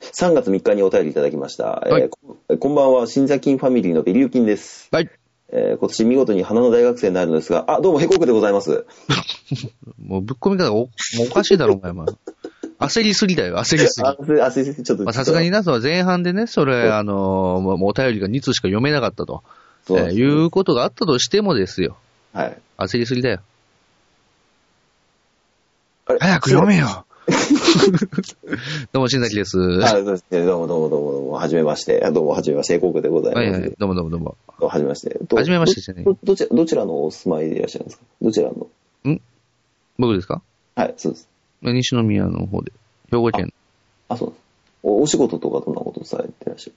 3月3日にお便りいただきました。はいえーここんばんは、新座金ファミリーのベリューキンです。はい。えー今年見事に花の大学生になるのですが、あ、どうもヘコクでございます。もうぶっ込み方がおもうおかしいだろ、お前、お前。焦りすぎだよ、焦りすぎ。あ、すあすいませんちょっと。まあさすがにな、その前半でね、それ、そうあのー、もうお便りが2通しか読めなかったと、そうなんえーですいうことがあったとしてもですよ。はい。焦りすぎだよ。あれ早く読めよ どうも、新崎です。あ、はそうですね。どうもどうもどうもどうも、はじめまして。あどうもはじめまして、ヘコクでございます。いはい、どうもどうもどうも。どうもはじめまして。はじめましてですねどどどちら、どちらのお住まいでいらっしゃるんですかどちらの僕ですかはい、そうです。西宮の方で。兵庫県、あ、そうです。おお仕事とかどんなことされてらっしゃる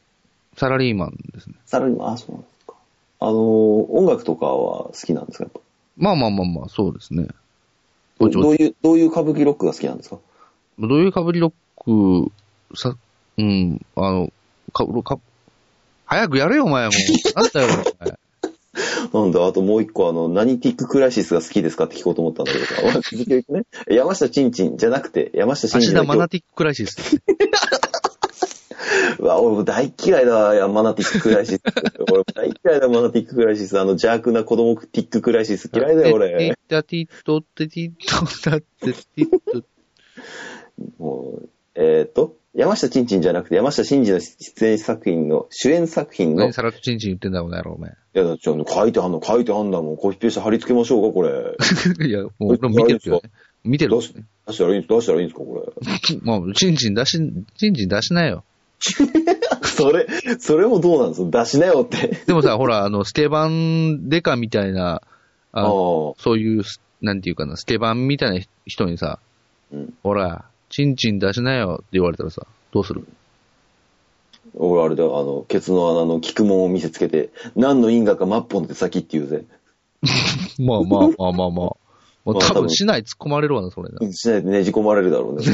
サラリーマンですね。サラリーマン、あ、そうなんですか。あのー、音楽とかは好きなんですかやっぱまあまあまあまあ、そうですね。どごど上ういう、どういう歌舞伎ロックが好きなんですかどういうかぶりロック、さ、うん、あの、か、か、早くやれよ、お前も う。なんだよ、お前。なんだ、あともう一個、あの、何ティッククライシスが好きですかって聞こうと思ったんだけ どあ結局ね、山下ちんちんじゃなくて、 山下ちんち芦ん田だマけナティッククライシス。うわ、俺も大嫌いだ、いやマナティッククラ イシス。俺も大嫌いだ、マナティッククライシス。あの、邪悪な子供ティッククライシス嫌い だよ、ティッ俺。タティットテティットタテティット。もう、えーっと、山下ちんちんじゃなくて、山下真二の出演作品の、主演作品の、い何さらっとチンチン言ってんだろうな、お前。 や、ちょ、書いてあんの、書いてあんだもん。コピペして貼り付けましょうか、こ れ。いや、もう俺も見てるけどね。見てる出んしですね。出したらいいんです、出したらいいんですか、これ。もう、チンチン出し、チンチン出しなよ。それ、それもどうなんですか出しなよって。でもさ、ほら、あの、スケバンデカみたいな、あああのー。そういう、なんていうかな、スケバンみたいな人にさ、うんほら、チンチン出しなよって言われたらさ、どうする俺あれだよ、あの、ケツの穴の菊門を見せつけて、何の因果かマッポンって先って言うぜ。まあまあまあ まあまあ。もうまあ多多分分市内突っ込まれるわな、それな。ねしないでねじ込まれるだろ うね。じ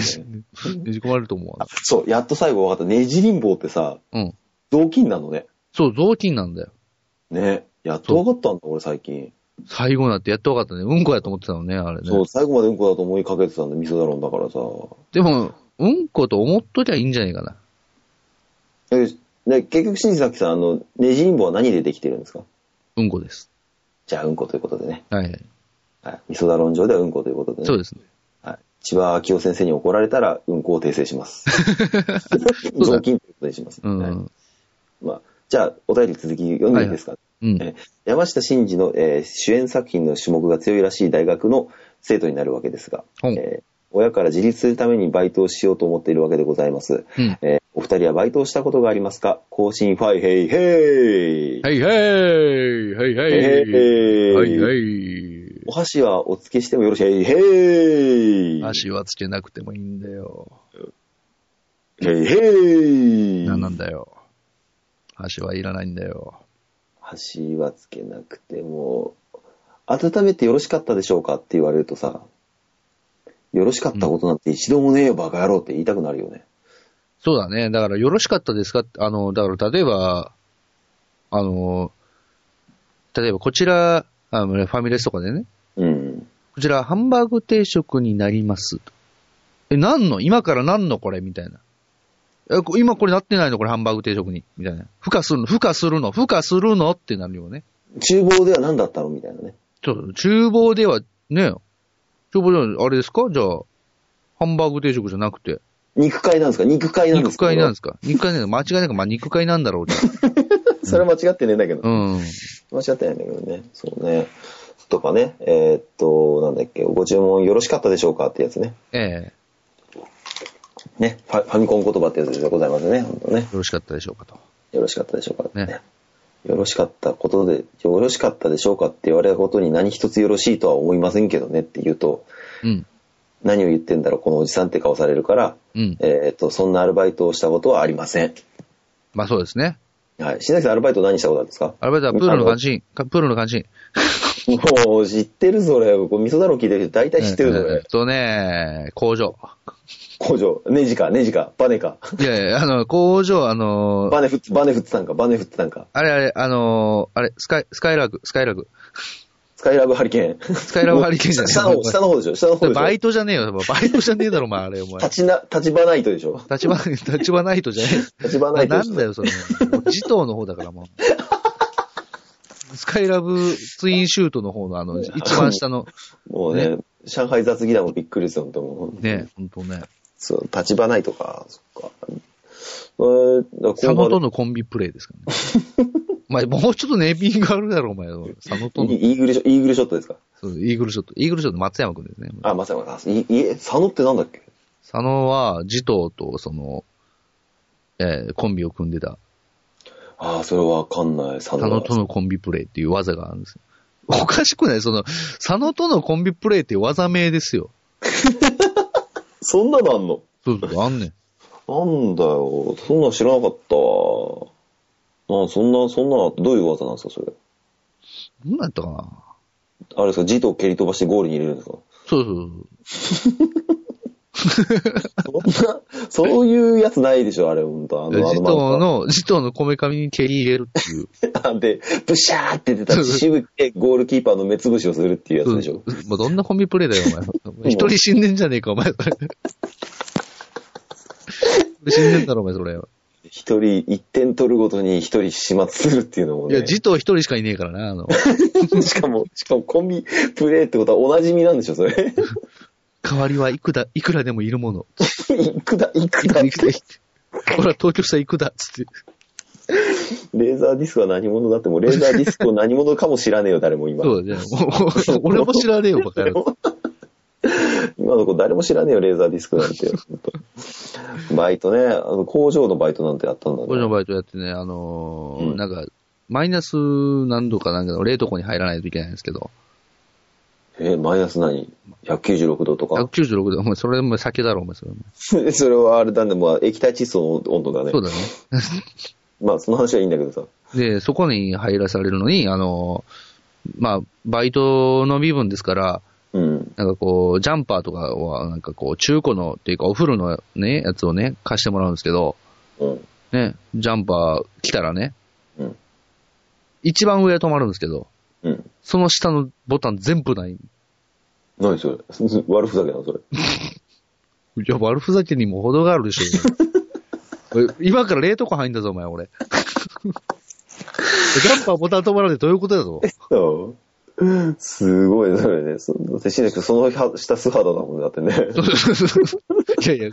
込まれると思うわそう、やっと最後分かった。ねじりんぼうってさ、な。うん。雑巾なのね。そう、雑巾なんだよ。ね。やっと分かったんだ、俺最近。最後になってやっと分かったね。うんこやと思ってたのね、あれそねう、。最後までうんこだと思いかけてたんだ、味噌だろんだからさ。でも、うんこと思っときゃいいんじゃないかな。え、ね、結局、新崎さん、あの、ねじりんぼうは何でできてるんですかうんこです。じゃあ、うんこということでね。はいはい。はい。味噌だろん上ではうんこということでね。そうですね。はい。千葉明夫先生に怒られたら、うんこを訂正し ます。だ雑巾ということにします。うはいん。まあ、じゃあ、お便り続き読んでいいですか、うん。えー山下真司の、えー主演作品の種目が強いらしい大学の生徒になるわけですが、うんえー親から自立するためにバイトをしようと思っているわけでございます。うん。えーお二人はバイトをしたことがありますか更新ファイヘイヘイ、はいはいはいはヘいイヘイはいはい。お箸はお付けしてもよろしいヘイヘイ足はつけなくてもいいんだよ。ヘイヘイなんなんだよ。足はいらないんだよ。箸はつけなくても、温めてよろしかったでしょうかって言われるとさ、よろしかったことなんて一度もねえよ、バカ野郎って言いたくなるよね。そうだね。だから、よろしかったですかってあの、だから、例えば、あの、例えば、こちら、あの、ファミレスとかでね、うん。こちら、ハンバーグ定食になります。え、なんの今からなんのこれみたいな。え、こ今これなってないのこれハンバーグ定食に。みたいな。孵化するの孵化するの孵化するのってなるよね。厨房では何だったのみたいなね。そう、厨房では、ね、厨房では、あれですかじゃあ、ハンバーグ定食じゃなくて。肉塊なんですか肉塊なんで肉すか塊なんですすか肉塊なんですか間違いなく、まあ、肉塊なんだろうじゃ それは間違ってねえんだけど。あ。うん。間違ってないんだけどね。そうね。とかね。えーっと、なんだっけ、ご注文よろしかったでしょうかってやつね。ええね。ファファミコン言葉ってやつでございますね。ほんとね。よろしかったでしょうかと。よろしかったでしょうかってね。ねよろしかったことで、よろしかったでしょうかって言われたことに何一つよろしいとは思いませんけどねって言うと、うん。何を言ってんだろう、このおじさんって顔されるから、うん。えーっと、そんなアルバイトをしたことはありません。まあそうですね。はい。新崎さん、アルバイト何したことあるんですかアルバイトはプールの監視員。かプールの監視員。もう知ってるそれ。これ味噌だろ聞いてる人大体知ってるそえっれ。とね、工場。工場。ネジか、ネジか、バネか。いやいや、あの、工場、あの、バネ振って、バネ振ってたんか、バネ振ってたんか。あれあれ、あの、あれ、スカイ、スカイラーク、スカイラーク。ススカイラブハリケーン。スカイラブハリケーンじゃねえ下の方、下の方でしょ下の方でしょバイトじゃねえよ。バイトじゃねえだろ、お前、あれ、お前。立ちな、立場ないとでしょ立場、立場ないとじゃね立場なえ。いとなでしんょだよ、それ。自頭の方だから、も う。スカイラブツインシュートの方のあの、一番下の、もうね、上海雑技団もびっくりですよ、本当もう。ね、ほんとね。そう、立場ないとか、そっか。えー、だか佐ら野と後のコンビプレイですからね。お前、もうちょっとネーミングあるだろ、お前。佐野と半のイ、イーグルショイーグルショットですかそうイーグルショット。イーグルショット、松山くんですね。あ、まさか、いいえ、佐野ってなんだっけ佐野は、自頭と、その、えーコンビを組んでた、ああ、それわかんない。佐佐野野とのコンビプレイっていう技があるんですよ。おかしくないその、佐野とのコンビプレイっていう技名ですよ。そんなのあんのそうそう、あんねん。なんだよ。そんなん知らなかったわ。あそんな、そんな、どういう技なんですか、それ。どうなったかなあれですか、ジートを蹴り飛ばしてゴールに入れるんですかそうそうそう。そんな、そういうやつないでしょ、あれ、ほんと。あの、あ自頭のの、自頭のこめかみに蹴り入れるっ ていう。漫画。で、ブシャーって出たら、しぶきでゴールキーパーの目つぶしをするっていうやつでしょ。もうどんなコンビプレイだよ、お前。一人死んでんじゃねえか、お前。それ一人死んでんだろ、お前、それ。一人、一点取るごとに一人始末するっていうのもいね。や、自頭一人しかいねえからな、あの、 しかも、しかもコンビプレイってことはおなじみなんでしょ、それ。代わりはいくだ、いくらでもいるもの。いくだ、いくいくだだ、っいくだて。、ほら、東京さんいくだ、つって。レーザーディスクは何者だって、もうレーザーディスクを何者かも知らねえよ、誰も今。そうだね。もう俺も知らねえよ、バカ 野郎。今の子誰も知らねえよ、レーザーディスクなんて。ほんとバイトね、あの工場のバイトなんてやったんだ俺のね。バイトやってね、あのーうんなんか、マイナス何度かなんかの冷凍庫に入らないといけないんですけど、え、マイナス何 ?196 度とか。 196度、お前、それも酒だろ、お前、それも。 それはあれだね、まあ、液体窒素の温度だねそう。だね。まあ、その話はいいんだけどさ。で、そこに入らされるのに、あのーまあ、バイトの身分ですから、うん。なんかこう、ジャンパーとかは、なんかこう、中古のっていうか、お風呂のね、やつをね、貸してもらうんですけど、うん。ね、ジャンパー来たらね、うん一番上は止まるんですけど、うん。その下のボタン全部ない。い何それ 悪ふざけなの、それ。 や、悪ふざけにも程があるでし ょ。俺今から冷凍庫入んだぞ、お前、俺。 ジャンパーボタン止まらないどういうことだぞ。うんすごい、それね。そだって、しんじ君、その下素肌だもんねだってね。いやいや、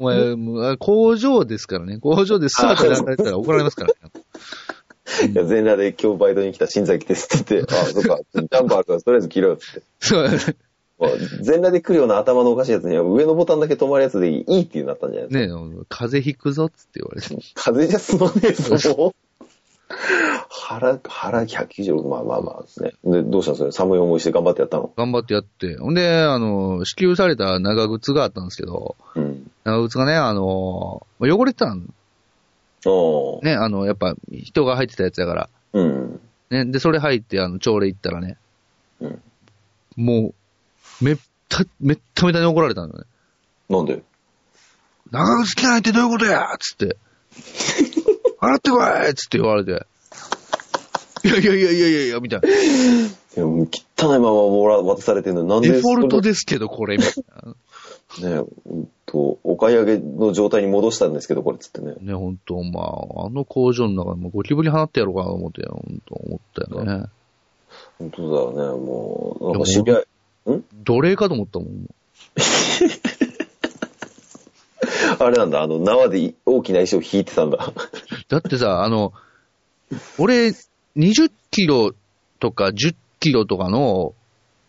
お前、もうあ工場ですからね。工場でスーツやられたら怒られますからね。いや、全裸で今日バイトに来た新崎ですって言って、あ、そっか、ジャンパーあるからとりあえず着ろよって。そうもう全裸で来るような頭のおかしいやつには、上のボタンだけ止まるやつでいいっていうなったんじゃないねえ、風邪ひくぞっつって言われて。風邪じゃ済まねえぞ、もう。腹、腹196、まあまあまあですね。で、どうしたんそれ寒い思いして頑張ってやったの頑張ってやって。ほんで、あの、支給された長靴があったんですけど、うん。長靴がね、あの、汚れてたの。おー。ね、あの、やっぱ人が入ってたやつだから。うん。ね、で、それ入って、あの、朝礼行ったらね、うん。もう、めった、めっためたに怒られたのね。なんで長靴着ないってどういうことやっつって。洗ってこいっつって言われて。いやいやいやいやいやいや、みたいな。いやもう汚いままもら渡されてるのになんでデフォルトで。ですけど、これ、みたいな。ね、うんと、お買い上げの状態に戻したんですけど、これっつってね。ね、ほんと、まあ、あの工場の中でもうゴキブリ放ってやろうかなと思って、ほんと思ったよね。本当だよね、もう、なんでもか知り合い、奴隷かと思ったもん。あれなんだ、あの、縄でい大きな石を引いてたんだ。だってさ、あの、俺、20キロとか10キロとかの、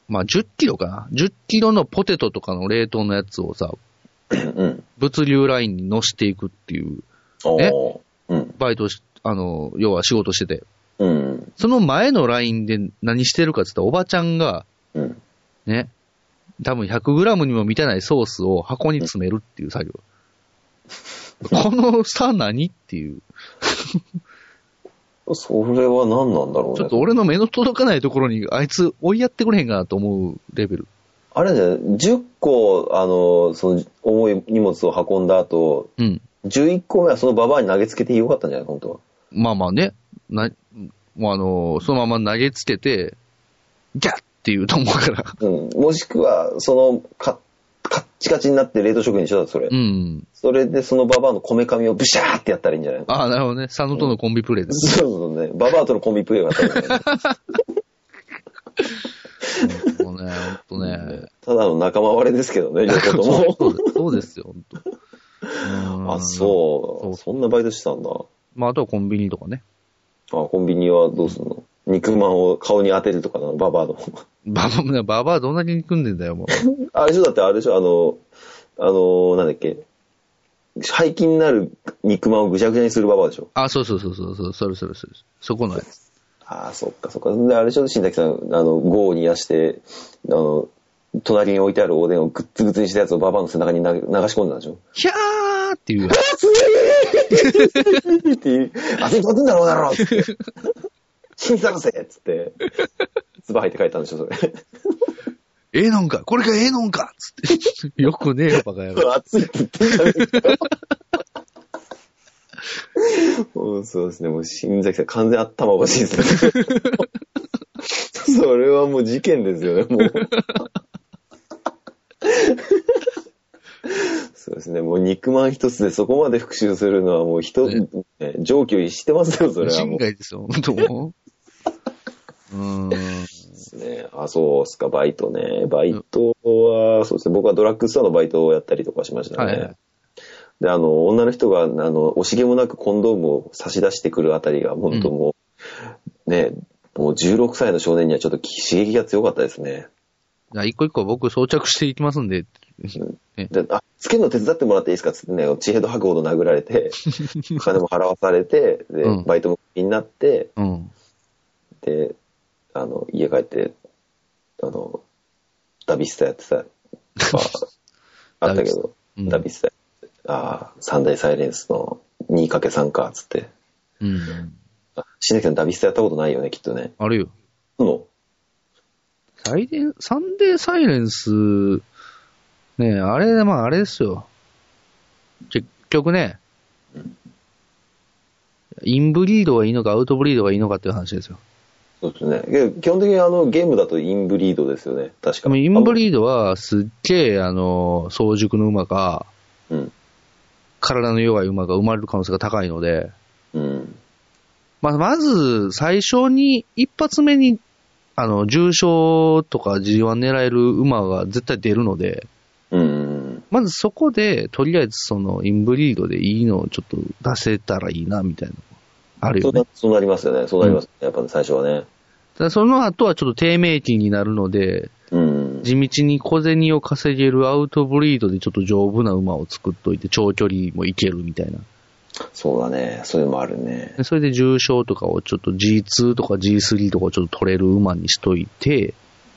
まあ10キロかな ?10 キロのポテトとかの冷凍のやつをさ、 うん。物流ラインに乗していくっていうおねーうん。バイトし、あの、要は仕事してて、うん。その前のラインで何してるかって言ったら、おばちゃんが、うん。ね、多分100グラムにも満たないソースを箱に詰めるっていう作業。この差何っていう。それは何なんだろうね。ちょっと俺の目の届かないところに、あいつ追いやってくれへんかなと思うレベル。あれだね、10個、あの、その、重い荷物を運んだ後、うん。 11個目はそのババアに投げつけてよかったんじゃない本当は。まあまあね、な、もうあの、そのまま投げつけて、ギャッって言うと思うから。うん。もしくは、その、か、カッチカチになって冷凍食品一緒だ、それ。うん。それで、そのババアのこめかみをブシャーってやったらいいんじ ゃないのああ、なるほどね。佐野とのコンビプレーです。そうそうね。ババアとのコンビプレイがあったから ねもうね、ほんとね。ただの仲間割れですけど ね、両方とも。そうですそうですよ、ほんと。う んあ、そうそうそんなバイトしてたんだ。あ、まあ、あとはコンビニとかね。コンビニはどうすんの肉まんを顔に当てるとかなの、ババアの。ババね、ババアどんなに憎んでんだ よ、もう。あれでしょだってあれでしょあの、あの、なんだっけ。背筋になる肉まんをぐちゃぐちゃにするババアでしょあ、そうそうそうそう、そうそれそれそれ。そこのや つ。ああ、そっかそっか。で、あれでしょ新崎さん、あの、豪を煮やして、あの、隣に置いてあるおでんをグッツグツにしたやつをババアの背中にな流し込んだんでしょひゃーっていうやつ。って いう、汗かくんだろうだろうつって。 新作生っつって、 唾吐いて帰ったんでしょ、それ。 ええのんかこれがええのんかつって。よ くねえよ、バカ野郎。熱いって言ってんじゃねえかようんそうですね、もう新崎さん完全に頭おかしいですね。それはもう事件ですよね、もう。そうですね、もう肉まん一つでそこまで復讐するのはもう人、ねね上級してます よ、それはも人う。外ですよ、ほんとも う。うーん。ですね。あ、そうっすか、バイトね。バイトは、そうですね。僕はドラッグストアのバイトをやったりとかしましたね。はいはいで、あの、女の人が、あの、惜しげもなくコンドームを差し出してくるあたりが、本当もう、ね、もう16歳の少年にはちょっと刺激が強かったですね。じゃあ、一個一個僕装着していきますんで。ねで、あ、つけるの手伝ってもらっていいですかっつってね、血ヘド吐くほど殴られ て、お金も払わされて、でうん、バイトも気になって、うん。で、あの、家帰って、あの、ダビスタやって さ、まあ、あったけど、うんダビスタ、ああ、三大サイレンスの 2×3 か、つって。うん。あ新崎さんダビスタやったことないよね、きっとね。あるよ。もサイレン、サンデーサイレンス、ねえ、あれ、まああれですよ。結局ね、インブリードがいいのかアウトブリードがいいのかっていう話ですよ。う、そうですね。けど基本的にあの、ゲームだとインブリードですよね、確でか。もインブーリードはすっげえ、あの、早熟の馬か、ドうん。体の弱い馬が生まれる可能性が高いので、うん。まあ、まず、最初に、一発目に、あの、重傷とか G1 狙える馬が絶対出るので、うん。まずそこで、とりあえずその、インブリードでいいのをちょっと出せたらいいな、みたいな。あるそようなね。そうなりますよね、そうなります、やっぱね、最初はね。ただその後はちょっと低迷期になるので、うん。地道に小銭を稼げるアウトブリードでちょっと丈夫な馬を作っといて、長距離もいけるみたいな。そうだね、それもあるね。でそれで重傷とかをちょっと G2 とか G3 とかをちょっと取れる馬にしといて、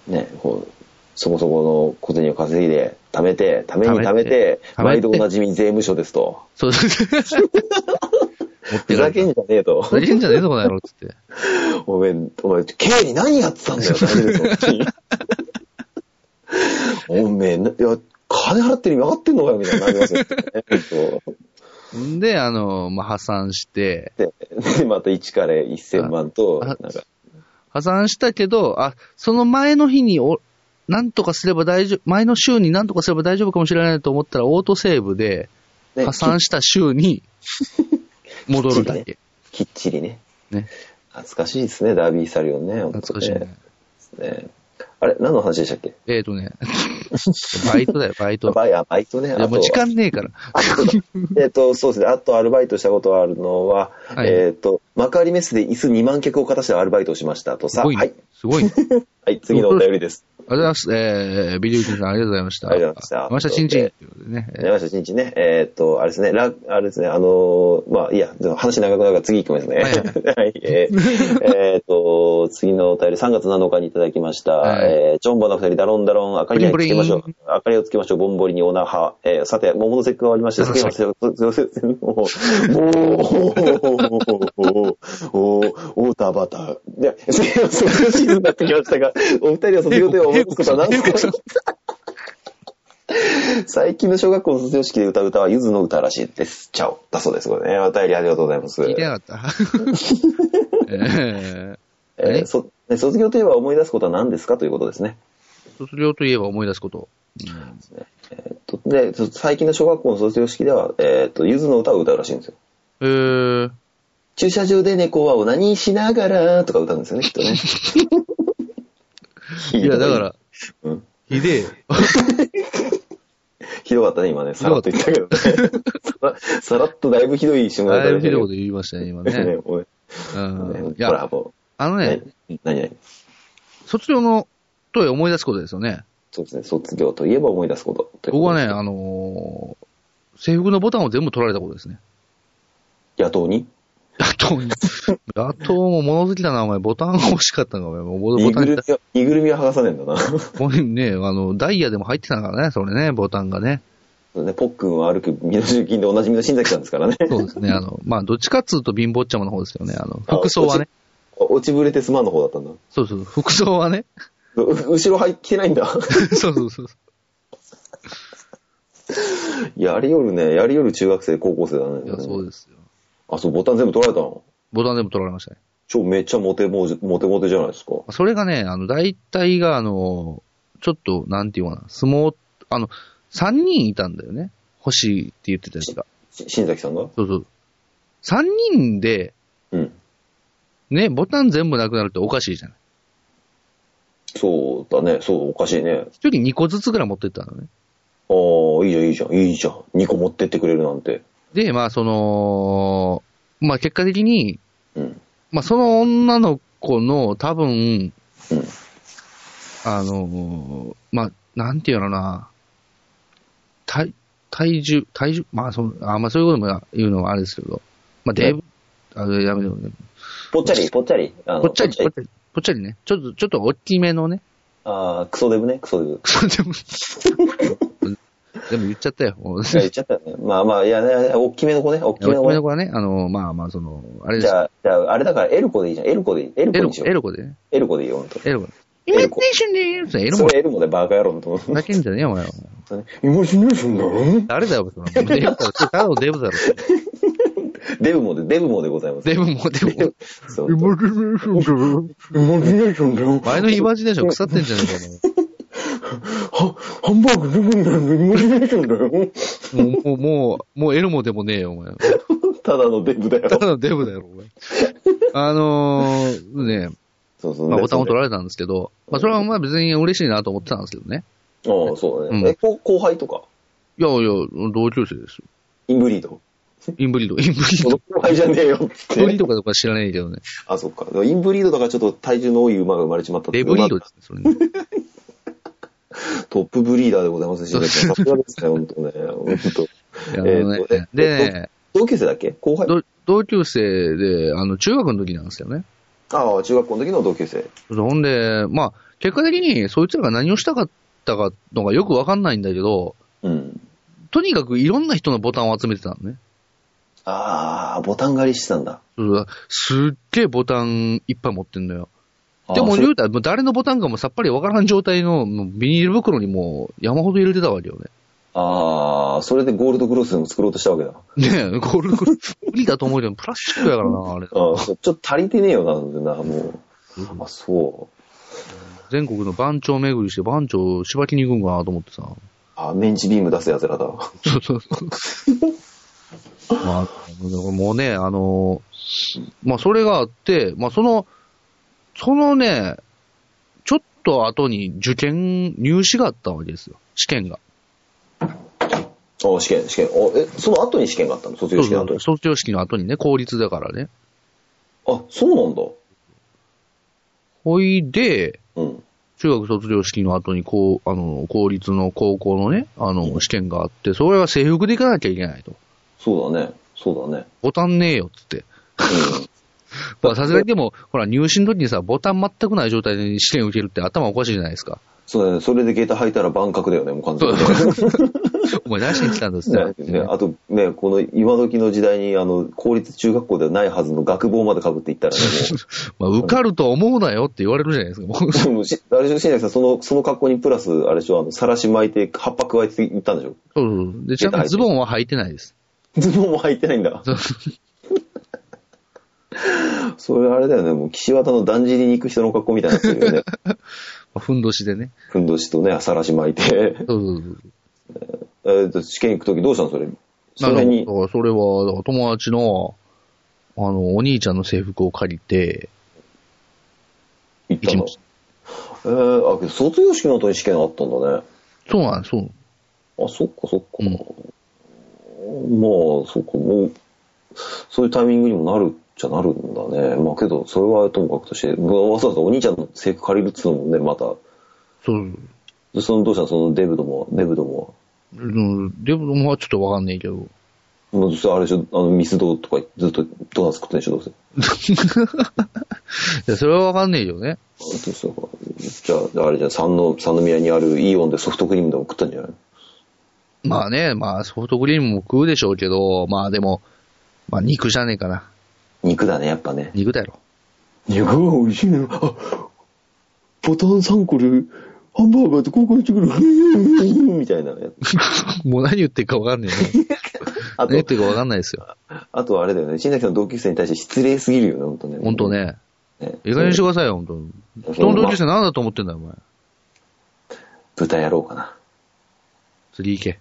ね、こう、そこそこの小銭を稼いで、貯めて、ために貯めて、貯めて毎度おなじみ税務署ですと。そう です。持っふてかざれたけんじゃねえと。大変じゃねえぞ、この野郎っつって。おめえ、お前、経理何やってたんだよ、大変だぞおめえ、ないや、金払ってる意味分かってんのかよ、みたいになりますよね。んで、あの、まあ、破産して、で、また1から1000万と、あなんあか、破産したけど、あ、その前の日にお、なんとかすれば大丈夫、前の週になんとかすれば大丈夫かもしれないと思ったら、オートセーブで、ね破産した週に、戻るだけ。きっちりね。ね。懐かしいですね、ダービーサリオンね。懐かしい本ね。当ねねあれ、何の話でしたっけえっ、ー、とね、バイトだよ、バイ ト。バイア、バイトね。いや、あもうと時間ねえから。えっと、そうですね。あとアルバイトしたことがあるのは、はいえっと、幕張メッセで椅子2万脚を勝たしてアルバイトをしましたとすさ。ご、はいい。すごい、ね。はい、次のお便りです。ありがとうございます。えー、ビリューキンさんありがとうございました。ありがとうございましたました、チンチン。ということでね。えー山下真一ね。えーっと、あれですね、ラ、あれですね、あのーまあ、いいや、でも話長くなるから次行きますね。は いはい。えーえーっと、次のお便り、3月7日にいただきました。はいえー、ジョンボの二人、ダロンダロン、明かりにつけましょうブリン。明かりをつけましょう、ボンボリにオナハ。えー、さて、桃の節句が終わりまして、そうそう次の節句、もう、もう、おー、おー、タバタ。いや、次の卒業シーズンになってきましたが、お二人は卒業という思いつくことは何ですか最近の小学校の卒業式で歌う歌はゆずの歌らしいです。チャオ。だそうです。これ ね。お便りありがとうございます。聞いてなかった。えーえーそね卒業といえば思い出すことは何ですかということですね。卒業といえば思い出すこと。うんえっとで、そ最近の小学校の卒業式では、えっと、ゆずの歌を歌うらしいんですよ。えー、駐車場で猫は何しながらとか歌うん ですよね、きっとね。いや、だか。ら、うん。ひでえよ。ひどかったね、今ね。さらっと言ったけどね。さらさらっとだいぶひどい瞬間だいぶひどいことい言いましたね、今ね。ね。おいうん。いほやら、、もあのう。ね、何何々卒業のとは思い出すことですよね。そうですね、卒業といえば思い出すこと。という僕ことはでね、あのー制服のボタンを全部取られたことですね。 野党に野党 に。野党も物好きだな、お前。ボタンが欲しかったのか、お前。もうボいタンぐるみは、いぐるみは剥がさねえんだな。 ここにね、あの、ダイヤでも入ってたからね、それね、ボタンがね。そうね、ポックンを歩く身の集金でおなじみの新崎さんですからね。そうですね、あの、まあ、どっちかっつうと貧乏っちゃまの方ですよね。あの、服装はね。落ちぶれてすまんの方だったんだ。そうそう、服装はね。 う後ろ入ってないんだ。 そうそうそう。やりよるね、やりよる中学生、高校生だね。いや、そうですよ。あ、そう、ボタン全部取られたのボタンでも取られましたね。超めっちゃモテモテ、モテモテじゃないですか。それがね、あの、大体が、あの、ちょっと、なんていうかな、相撲、あの、三人いたんだよね。星って言ってたやつが。し新崎さんがそうそう。三人で、うん。ね、ボタン全部なくなるっておかしいじゃない。そうだね、そう、おかしいね。一人二個ずつぐらい持ってったのね。ああ、いいじゃん、いいじゃん、いいじゃん。2個持ってってくれるなんて。で、まあ、その、まあ、結果的に、うん。まあ、その女の子の多分、うん。あのーまあ、なんていうのかな、体、体重、体重、まあ、その、あ、まあ、そういうことも言うのはあれですけど、まあ、デブ、あれやめてくださいぽっちゃり、ぽっちゃり。あのぽっちゃり、ぽっちゃり、ぽっちゃりね。ちょっと、ちょっと大きめのね。ああ、クソデブね、クソデブ。そうでも、でも言っちゃったよ。もういや言っちゃったよ ね。まあまあ、いや、いやいや大きめの子ね、大きめ大の子ねきめの。子はね、あのーまあまあ、その、あれでじす。ゃあ、じゃあ、あれだから、エルコでいいじゃん。エルコでいい。エルコエロにし子、よエう。ロ子でね。エルコでいいよ、本当に。エロ子。イエメロー子テーションで言うとエロそ子れエルコでバカ野郎のと思だけんじゃねえよ、お前は。う。今死ぬすんだろ誰だよ、その。デブだろ。ただのデブだろ。デブもで、デブもでございます。デブも、デブも。そう前のイマジネーション腐ってんじゃねえかハンバーグデブになるのイマジネーションだよ。お前。もう、もう、もう、もうエルもでもねえよ、お前。 ただのデブだたよ。だのデブだよ、お 前。あのー、ね、そうそう。まあ、ボタンを取らられたんですけど、まあ、それはまあ別に嬉しいなと思ってたんですけどね。ああ、そうだうんね。え、後後輩とかいやいや、同級生ですよ。インブリー ドインブリード、インブリーそ ドの。後輩じゃねえよっインブリーて。ドかどうか知らないけどね。あ、そっか。でもインブリードだからちょっと体重の多い馬が生まれちまったってレことブでリードですね、それ ね。トップブリーダーでございますし、さすがですね、本当ね。 本当あのねえーとでね、同級生だっけ後輩ど同級生で、あの、中学の時なんですよね。ああ、中学校の時の同級生。ほんで、まあ、結果的にそいつらが何をしたかったかのがよくわかんないんだけど、うん。とにかくいろんな人のボタンを集めてたのね。ああ、ボタン狩りしてたんだ。そうすっげえボタンいっぱい持ってんのよ。であもあそ言れうたら、もう誰のボタンかもさっぱりわからん状態のもうビニール袋にもう山ほど入れてたわけよね。ああ、それでゴールドクロスでも作ろうとしたわけだ。ねえ、ゴールドクロス無理だと思うけど、プラスチックやか らな、あれ。ああ、そうちょっと足りてねえよな、なんてな、もう。あ、そう。全国の番長巡りして番長しばきに行くんかなと 思ってさ。あ、メンチビーム出す奴らだ。そうそうそう。まあ、もうね、あの、まあ、それがあって、まあ、その、そのね、ちょっと後に受験、入試があったわけですよ。試験が。あ試験、試験。あ、え、その後に試験があったの卒業試験の後に。卒業式の後にね、公立だからね。あ、そうなんだ。ほいで、うん。中学卒業式の後に、こう、あの、公立の高校のね、あの、試験があって、それは制服で行かなきゃいけないと。そうだね。そうだね。ボタンねえよ、つって。うん。まあ、さすがにでも、ほら、入試の時にさ、ボタン全くない状態で試験受けるって頭おかしいじゃないですか。 そうだね。それで下駄履いたら万覚だよね、もう完全に。お前何しに来たんですねって。ね、あとね、この今時の時代に、あの、公立中学校ではないはずの学帽まで被っていった らね、まあ、受かると思うなよって言われるじゃないですか。もうもう、もうしあれでしょ、新崎さん、その、その格好にプラス、あれでしょ、あの、さらし巻いて、葉っぱ加えていったんでしょそうそうそうで、ちなみにズボンは履いてないです。 ズボンも履いてないんだ。そうそれあれだよね、もう岸和田のだんじりに行く人の格好みたいになって るよね。ふんどしでね。ふんどしとね、さらし巻いて。 そうそうそうえーと、試験行くときどうしたのそれ。それなにんか。だからそれは、だから友達の、あの、お兄ちゃんの制服を借りて、行った行きのまし。えー、あ、けど卒業式の後に試験あったんだね。そうなんです、そう。あ、そっかそっか。うんまあ、そっか、もう、そういうタイミングにもなるっちゃなるんだね。まあけど、それはともかくとして、わざわざお兄ちゃんの制服借りるっつうのもね、また。そうそう。でそのどうしたのそのデブどもは、デブどもうんでも、まあちょっとわかんないけど。 は。もうそれあれでしょ、あの、ミスドとかずっとドーナツ食ってんでしょ、どうせ。いや、それはわかんないよあね。どうしたのじゃあ、あれじゃん三の、三宮にあるイオンでソフトクリームでも食ったんじゃないのまあね、まあソフトクリームも食うでしょうけど、まあでも、まあ肉じゃねえかな。肉だね、やっぱね。肉だろ。肉が美味しいね。あ、ボタン3個でハンバーガーと交換してくる。 みたいなやつ。 もう何言ってるかわかんないね。あ何言っと、てるかわかんないですよ。あとあれだよね。新崎さんの同級生に対して失礼すぎるよね、ほんとね。ほんと。ね。ね意外にしてくださいよ、ほんと。人の同級生何だと思ってんだよ、お前。豚やろうかな。次行け。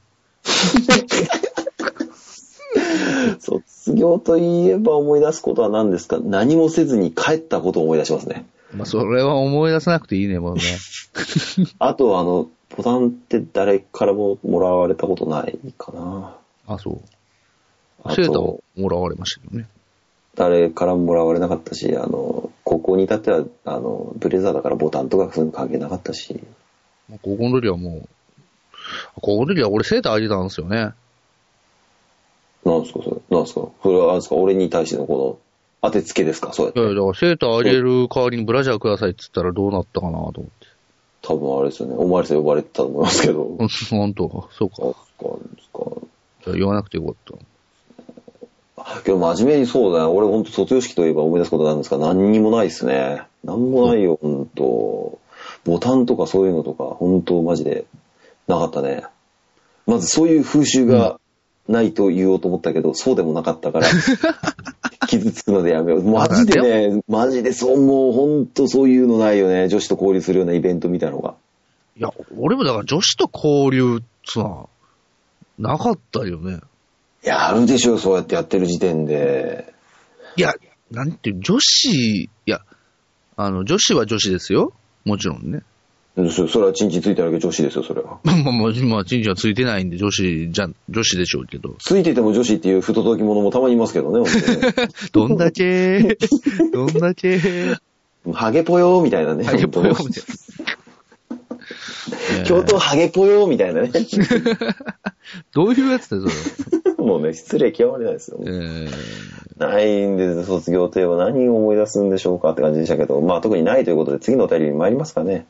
卒業といえば思い出すことは何ですか何もせずに帰ったことを思い出しますね。まあそれは思い出さなくていいね、もうね。あと、あの、ボタンって誰からももらわれたことないかな。あ、そう。あセーターとを、もらわれましたけどね。誰からももらわれなかったし、あの、高校に至っては、あの、ブレザーだからボタンとかそういうの関係なかったし。まあ高校の時はもう、高校の時は俺セーターあげたんですよね。なんですかそれ。なんですかそれはあれですか俺に対してのこの当てつけですかそうやっいやいや、て。だからセーターあげる代わりにブラジャーくださいって言ったらどうなったかなと思って。多分あれですよね。お前らさん呼ばれてたと思いますけど。うん本当、そうかあ。そうかそうかじゃあ言わなくてよかった。あけど真面目にそうだな。俺本当卒業式といえば思い出すことなんですか何にもないですね。何もないよ、本当ボタンとかそういうのとか、本当マジでなかったね。まずそういう風習がないと言おうと思ったけど、そうでもなかった から、傷つくのでやめよう。マジでね、マジでそう、もう本当そういうのないよね。女子と交流するようなイベントみたいなのが。いや、俺もだから女子と交流さ、なかったよね。いや、あるでしょ、そうやってやってる時点で。いや、なんていう、女子、いや、あの、女子は女子ですよ。もちろんね。 そそれはチンチンついてるだけ女子ですよ、それは。まあまあまあ、まあ、ちんちんはついてないんで女子じゃ、女子でしょうけど。ついてても女子っていう不届き者もたまにいますけどね、本当にねどんだけ、どんだけ、ハゲぽよーみたいなね。ハゲぽよ本みたいな。当に教頭ハゲぽよーみたいなね。どういうやつだよ、 そもうね、失礼極まりないですよ。れ。えーないんです、卒業といえば何を思い出すんでしょうかって感じでしたけど、まあ特にないということで次のお便りに参りますかね。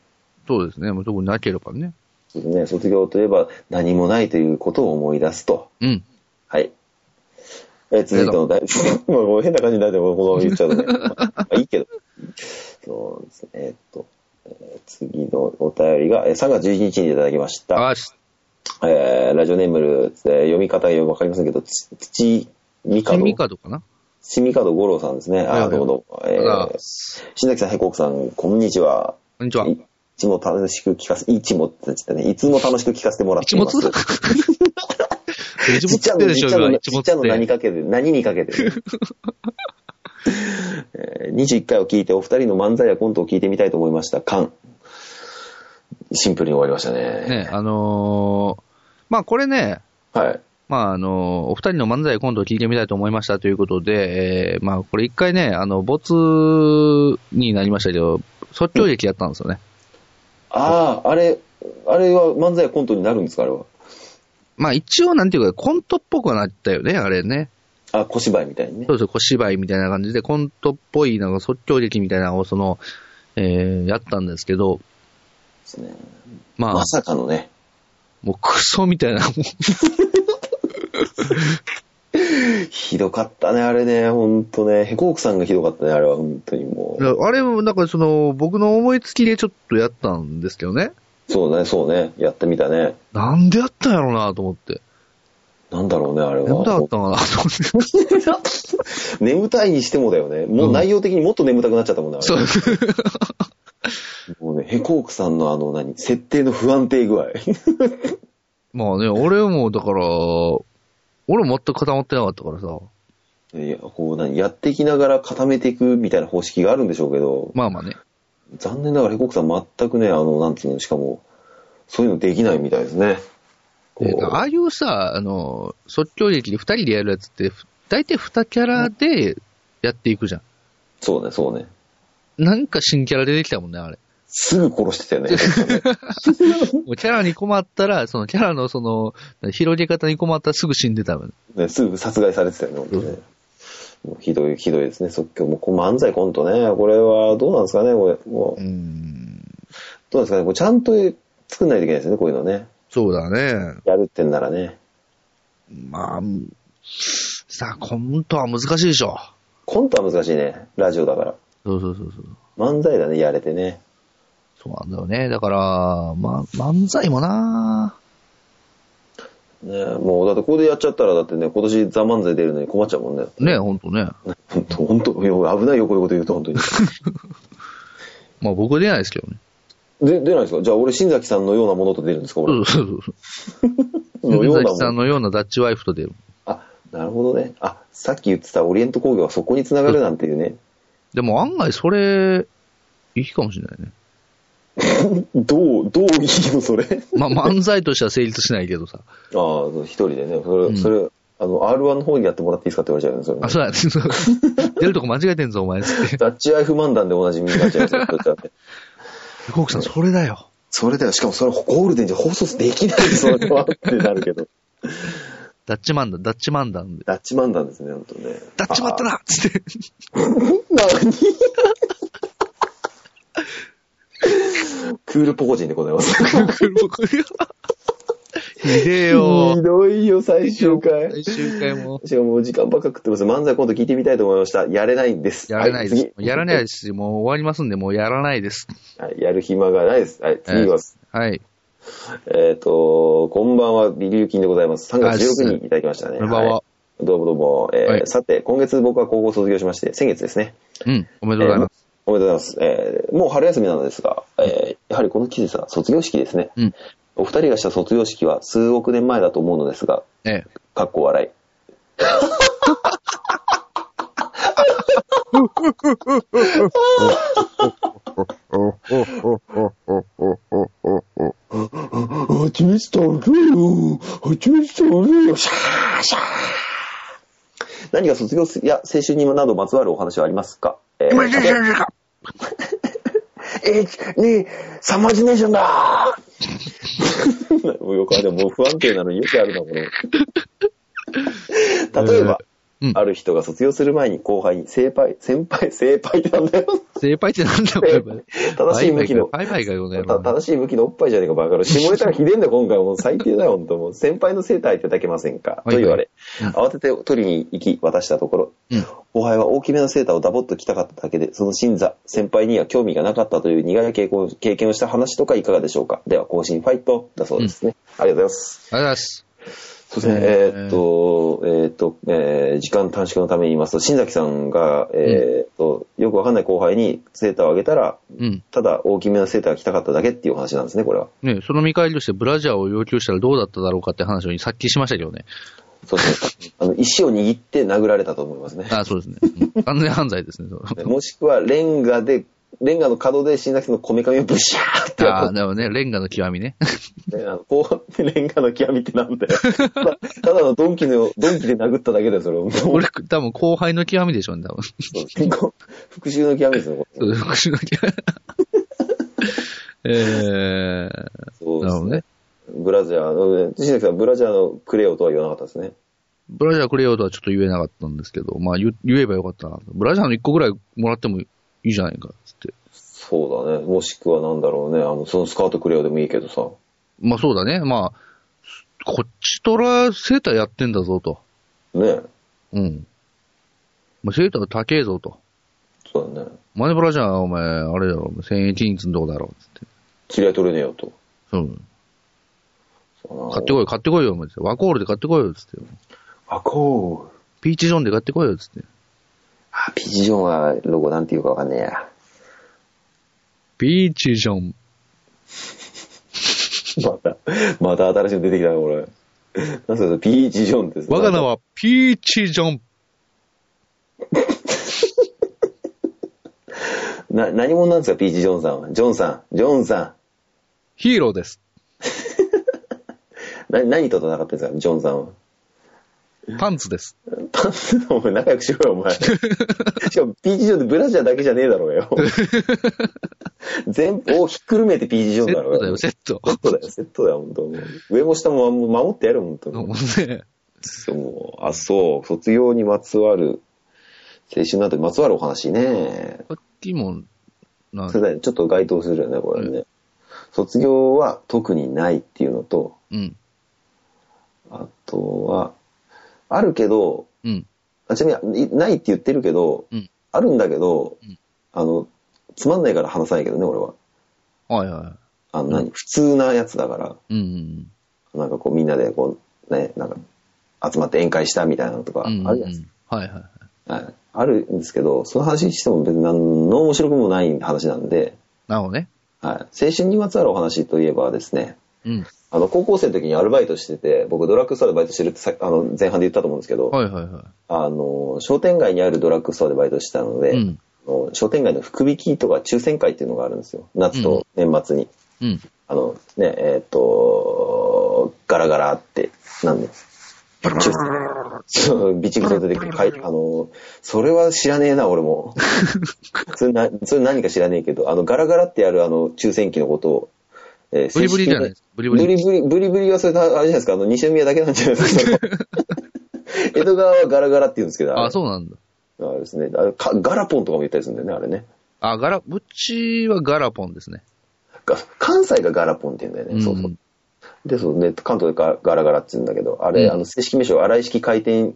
そうですね。もう特になければね。そうですね、卒業といえば何もないということを思い出すと。うん。はい。えー続いてのお便り、 まあもう変な感じになってこのまま言っち ゃうとね。まあいいけど。そうですね、えーっと、えー次のお便りがえー3月11日にいただきました。あし、えーラジオネームル、えー読み方がよくわかりませんけど、つ土みかキど、ミカドかな土みかど五郎さんですね。はいはあ、いどうもどうも。えあらー、新崎さん、へこくさん、こんにちは。こんにちは。いつも楽しく聞かせ、いつもって言ってね、いつも楽しく聞かせてもらって一いま物す。 一ち物っちゃっの、てちでっしちょ、ゃ今、の、一ち物っちゃのっ何て。かけて、何にかけてる。 えー21回を聞いてお二人の漫才やコントを聞いてみたいと思いました。カン。シンプルに終わりましたね。ね、あのー、まあこれね、はい。まああのー、お二人の漫才今度聞いてみたいと思いましたということで、えー、まあこれ一回ね、あの、没になりましたけど、即興劇やったんですよね。ああ、あれ、あれは漫才やコントになるんですか、あれは。まあ一応なんていうか、コントっぽくはなったよね、あれね。あ、小芝居みたいにねそ。うそう、小芝居みたいな感じで、コントっぽい、なんか即興劇みたいなのを、その、えー、やったんですけど、ですね。まあ、まさかのね。もうクソみたい な、もうひどかったね、あれね、ほんとね。ヘコークさんがひどかったね、あれは、ほんとにもいやあれも、なんかその、僕の思いつきでちょっとやったんですけどね。う。そうね、そうね。やってみたね。なんでやったんやろうなと思って。なんだろうね、あれは。眠たかったかなと思って 眠たいにしてもだよね。もう内容的にもっと眠たくなっちゃったもんね、あれそう。 もうね、ヘコークさんのあの何、設定の不安定具合。 まあね、俺もだから、俺も全く固まってなかったからさ。いや、こう何、やっていきながら固めていくみたいな方式があるんでしょうけど、まあまあね。残念ながらヘコークさん全くね、あの、なんつうの、しかも、そういうのできないみたいですね。こでうああいうさ、あの、即興劇で二人でやるやつって、大体二キャラでやっていくじゃん。そうね、そうね。なんか新キャラ出てきたもんね、あれ。すぐ殺してたよね。もうキャラに困ったら、そのキャラのその、広げ方に困ったらすぐ死んでたもん。 ね、すぐ殺害されてたよね、本当ね。もうひどい、ひどいですね、即興。もうこう漫才コントね、これはどうなんですかね、これ。もううん。どうなんですかね、こうちゃんと作んないといけないですよね、こういうのね。そうだね。やるってんならね。まあ、さあ、コントは難しいでしょ。コントは難しいね、ラジオだから。そうそうそうそう。漫才だね、やれてね。そうなんだよね。だから、まあ、漫才もなねもう、だってここでやっちゃったら、だってね、今年ザ漫才出るのに困っちゃうもんね。ね、ほんとね。本当本当いや危ないよ、こういうこと言うと、本 当に。まあ僕は出ないですけどね。で、出ないですかじゃあ俺、新崎さんのようなものと出るんですか俺。そうそうそうそう。のような水も崎さんの。のようなダッチワイフと出る。あ、なるほどね。あ、さっき言ってたオリエント工業はそこに繋がるなんていうね。でも案外それ、いいかもしれないね。どう、どういいの、それ。 あまあ漫才としては成立しないけどさ。あ、そう一人でね。それ、んそれ、あの、R1 の方にやってもらっていいですかって言われちゃうよね、それねあ、 そうだ、ね、出るとこ間違えてんぞ、お前っつって。ダッチアイフ漫談でおなじみになっちゃうよそれだってコークさん、それだよ。 それだよ、しかもそれゴールデンじゃ放送できないそれはってなるけど。ダッチマンだ、ダッチマンだんで。ダッチ漫談ですね、本当ね。ダッチマンだなっつって。何 クールポコチンでございます。ひでえひよ。どいよ、最終回。最終回も。しかももう時間ばっか食ってます。漫才今度聞いてみたいと思いました。やれないんです。やらないではす次。やらないですし、もう終わりますんで、もうやらないです。はい、やる暇がないです。はい、次いきます。はい。えっ、と、こんばんは、ビリューキンでございます。3月16日にいただきましたね。こんばんは。い、どうもどうも、えーはいさて、今月僕は高校を卒業しまして、先月ですね。うん。おめでとうございます。おめでとうございます。えーもう春休みなのですが、えーやはりこの季節は卒業式ですね。うん。お二人がした卒業式は数億年前だと思うのですが、ええ。かっこ笑い。はちみつ食べよ。はちみつ食べよ。シャーシャー。何か卒業すや青春になどまつわるお話はありますかえー、H2 サマジネーションだもうよくあれもう不安定なのによくあるな、これ。例えば、うんある人が卒業する前に後輩に先輩、先輩、先輩ってなんだよ。正解ってなんだ正解よ、これ。正しい向きの、バイバイがよね。た正しい向きのおっぱいじゃねえか、 バカ野郎。下ネタがひでえんだよ、今回。もう最低だよ、本当もう。先輩のセーターいただけませんかはいはいと言われ、うん慌てて取りに行き、渡したところ、うん後輩は大きめのセーターをダボっと着たかっただけで、その新座、先輩には興味がなかったという苦い経験を経験をした話とかいかがでしょうかでは、更新ファイトだそうですね。ありがとうございます。ありがとうございます。そうですね、えーっと、えーっと、えー時間短縮のために言いますと、新崎さんが、えーっと、よくわかんない後輩にセーターをあげたら、うん。ただ大きめのセーターが着たかっただけっていうお話なんですね、これは。ねその見返りとしてブラジャーを要求したらどうだっただろうかって話をさっきしましたけどね。そうですね。 あの、石を握って殴られたと思いますね。あそうですね。うん完全犯罪ですね。 そうもしくは、レンガで、レンガの角で新崎さんのこめかみをブシャーってやあっあ、でもね、レンガの極みね。た、ね。 あのこう、レンガの極みってなん だよ。ただただのドンキの、ドンキで殴っただけだよ、それ。 もう俺、多分後輩の極みでしょうね、多分。こう復讐の極みですね、これそう、復讐の極み。そえうでー、なるすほどね。ブラジャーの、新崎さん、ブラジャーのクレヨとは言わなかったですね。ブラジャーくれよとはちょっと言えなかったんですけど、まあ言言えばよかったな。ブラジャーの一個ぐらいもらってもいいじゃないか、つって。そうだね。もしくはなんだろうね。あの、そのスカートクレヨでもいいけどさ。まあそうだね。まあ、こっちとらセーターやってんだぞと。ねうん。まあ、セーター高えぞと。そうだね。マネブラジャーはお前、あれだろ、1000円均一のとこだろ、つって。釣り合い取れねえよと。そう。買ってこいよ、買ってこいよ、思ってワコールで買ってこいよ、つって。あ、こう。ピーチジョンで買ってこいよ、つって。あ、ピジジョンはロゴなんていうかわかんねえや。ピーチジョン。 また、また新しいの出てきたな、これ。なんすか、それピーチジョンです。我が名はピーチジョン。な、何者なんですか、ピーチジョンさんは。ジョンさん、ジョンさヒーローです。ん。な、何と戦ってんですか、ジョンさんは。パンツです。パンツのお前仲良くしろよ、お 前。しかも、ピーチジョンってブラジャーだけじゃねえだろうよ。全部をひっくるめてピーチジョンセだッろうトだよ、セット。セットだよ、セットだよ、本当もう上も下も守ってやる、本当に。もうねそう、あ、そう、卒業にまつわる、青春なんてまつわるお話ね。さっきも、なそれだね、ちょっと該当するよね、これね。卒業は特にないっていうのと、うん、あとは、あるけど、うん、あちなみに、いないって言ってるけど、うん。あるんだけど、うんあの、つまんないから話さないけどね、俺は。はいはあの、何、普通なやつだから。い。うん、なんかこうみんなでこうね、なんか集まって宴会したみたいなのとかあうるじん。ゃうんないですか。はいはい。はいあるんですけど、その話しても別に何の面白くもない話なんで、なるほどね。はい、青春にまつわるお話といえばですね、うん。あの高校生の時にアルバイトしてて、僕ドラッグストアでバイトしてるってさあの前半で言ったと思うんですけど、はいはいはあの商店街にあるドラッグストアでバイトしてたので、い。うん。あの商店街の福引きとか抽選会っていうのがあるんですよ。夏と年末に。うん。あのね、えっ、と、ガラガラって、なんで、そう、備蓄出てきて、はい、あの、それは知らねえな、俺も。 それな、それ何か知らねえけど、あの、ガラガラってやる、あの、抽選機のことを、えーブリブリじゃないですかブブリリブブリリ。ブリブリ、はそれ、あれじゃないですか、あの、西宮だけなんじゃないです か。その江戸川はガラガラって言うんですけど、あ、う。そうなんだ。あれですね、あれかガラポンとかも言ったりするんだよね、あれね。あ、ガラ、うちはガラポンですね。が関西がガラポンって言うんだよね、んそうそう。で、そうね、関東でガガラガラって言うんだけど、あれ、うんあの、正式名称、荒井式回転、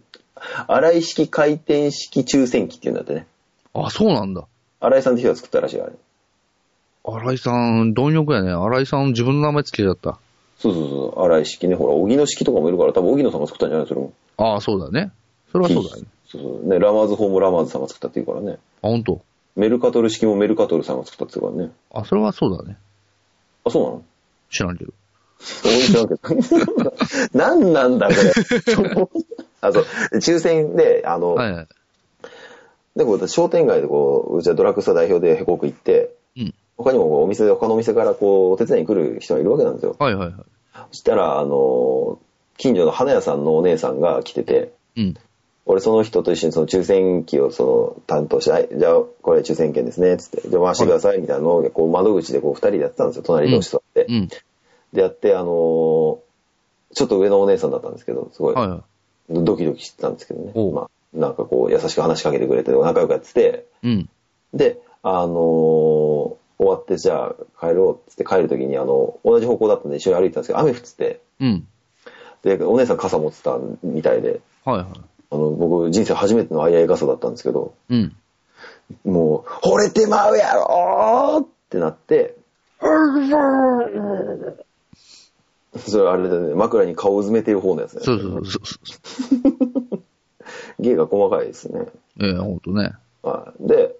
荒井式回転式抽選機っていうんだってね。あ、そうなんだ。荒井さんって人が作ったらしいよ、あれ。新井さん、貪欲やね。新井さん、自分の名前つけちゃった。そうそうそう、荒井式ね、ほら、荻野式とかもいるから、多分荻野さんが作ったんじゃないそれも。ああ、そうだね。それはそうだよね。そうそう。ね、ラマーズ法もラマーズさんが作ったっていうからね。あ、本当。メルカトル式もメルカトルさんが作ったっていうからね。あ、それはそうだね。あ、そうなの知らんけど。そういうわけ ど。何なんだ、これ。そのあ、そう、抽選で、あの、はいはい。で、こう商店街でこう、うちはドラッグストア代表でヘコーク行って、うん他にもこうお店、他のお店からこう、お手伝いに来る人がいるわけなんですよ。はいはいはそしたら、あの、近所の花屋さんのお姉さんが来てて、い。うん。俺その人と一緒にその抽選機をその担当して、はい、じゃあこれ抽選券ですね、つって、じゃあ回してください、みたいなのをこう窓口でこう二人でやってたんですよ、隣同士座って。うん。で、やって、あの、ちょっと上のお姉さんだったんですけど、すごいはいはドキドキしてたんですけどねお。うまあ、なんかこう優しく話しかけてくれて、仲良くやってて、い。うん。で、あのー終わってじゃあ帰ろうっつって帰る時に、あの、同じ方向だったんで一緒に歩いてたんですけど、雨降ってて、うん。で、お姉さん傘持ってたみたいで、はいはい。あの、僕人生初めてのあいあい傘だったんですけど、うん。もう、惚れてまうやろーってなって、 それあれだね、枕に顔をうずめてる方のやつね。そうそうそうそうそう。芸が細かいですね。ええほんとね。はいで、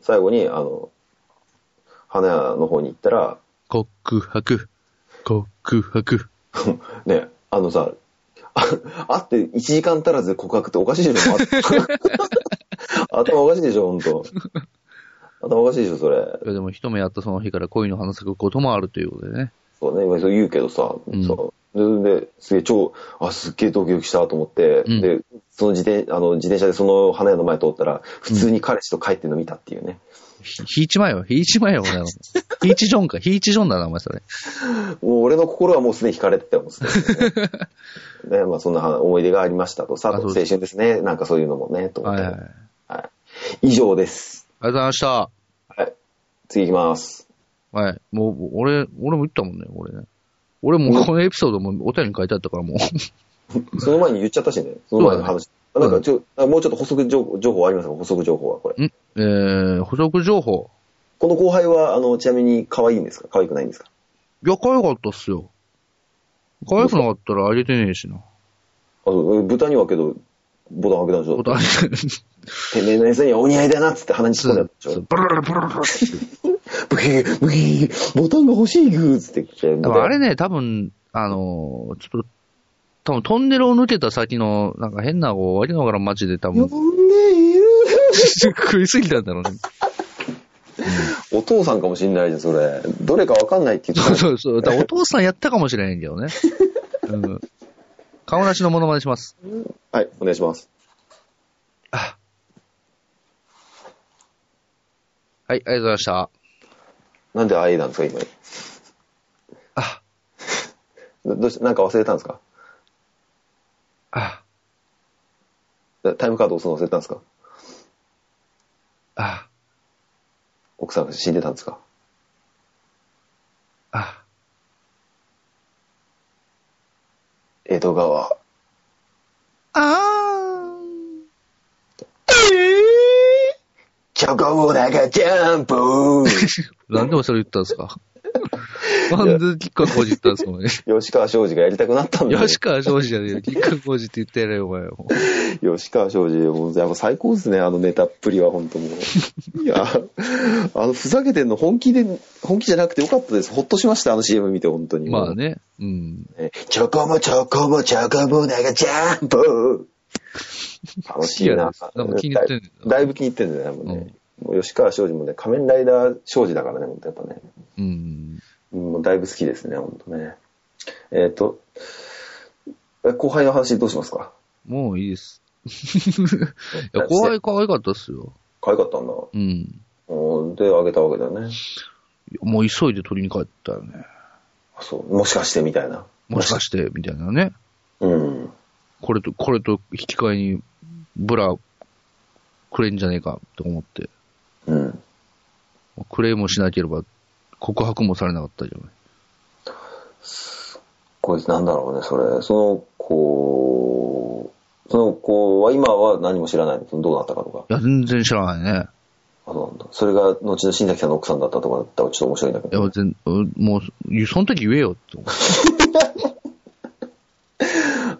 最後に、あの、花屋の方に行ったら、告白。告白。 ね、あのさ、あ会って1時間足らずで告白っておかしいでしょ 頭おかしいでしょ、本当頭おかしいでしょ、それ。いやでも一目やったその日から恋の花咲くこともあるということでね。そうね、今そう言うけどさ、んそうで、ですげえ超、あ、すっげえドキドキしたと思って、うんで、その自転、あの、自転車でその花屋の前通ったら、普通に彼氏と帰ってんの見たっていうね。ひ、ひいちまえよ。ひいちまえよ、俺はひいちジョンか。ひいちジョンだな、お前それ。もう俺の心はもうすでに惹かれてたよ、もうすでにね。ねまあそんな思い出がありましたとさ、あそう青です春ですね、なんかそういうのもね、と思っはいて。はい。ありがはい、以上です。とうございました。はい。次行きます。はい。もう、俺、俺も言ったもんね、俺ね。俺もうこのエピソードもお便りに書いてあったからもう。 その前に言っちゃったしね。その前の話。うなだねんかちょ、もうちょっと補足情報情報ありますか補足情報はこれ。んえー、補足情報。この後輩は、あの、ちなみに可愛いんですか可愛くないんですかいや、可愛かったっすよ。可愛くなかったらあげてねえしな。 あのえ豚にはけど、ボタン開けたんでしょボタン開けててめえの餌にはお似合いだなっつって鼻に突っ込んだんでしそうょブルルルブルルルブキーブキーボタンが欲しいグーっつって来て。でもあれね、多分、あのーちょっと、多分トンネルを抜けた先の、なんか変な子、わけのわからん街で多呼 分、んでいる食いすぎたんだろうね。お父さんかもしんないじゃん、それ。どれかわかんないって言っそうてた。そうそう。だからお父さんやったかもしれないけどね。うん。顔なしのモノマネします。はい、お願いします。あはい、ありがとうございました。なんで IA なんですか、今。あ、どどうして、なんか忘れたんですかあ、タイムカード押すの忘れたんですかあ、奥さんが死んでたんですかあ、江戸川。あチョコモナカジャンプー。 なんでもそれ言ったんです かなんで吉川浩司言ったんですかお前 吉川昌司がやりたくなったんだよ。吉川浩司じゃねえよ。吉川浩司って言ってやれよ、お前。吉川昌司、もうやっぱ最高ですね、あのネタっぷりは、本当も う。いや、あの、ふざけてんの本気で、本気じゃなくてよかったです。ほっとしました、あの CM 見て、本当に。まあ。ね。うん。チョコモチョコモチョコモナカジャンプ楽しいな。なんか気に入ってんねだいだいぶ気に入ってんだよね、もうね。もう吉川昌司もね、仮面ライダー昌司だからね、本当やっぱね。うん。もうだいぶ好きですね、本当ね。えっ、と、え後輩の話どうしますかもういいです。 いや、後輩可愛かったっすよ。可愛かったんだ。うん。うんで、あげたわけだよね。もう急いで取りに帰ったよね。あそう、もしかしてみたいな。もしかして、みたいなね。うん。これと、これと引き換えに、ブラ、くれんじゃねえか、と思って。うん。クレームをしなければ、告白もされなかったじゃない。こいつなんだろうね、それ。その子、その子は今は何も知らないの。そのどうなったかとか。いや、全然知らないね。あそうなんだ。それが後の新崎さんの奥さんだったとかだったらちょっと面白いんだけいやど。、全、もう、その時言えよって思う。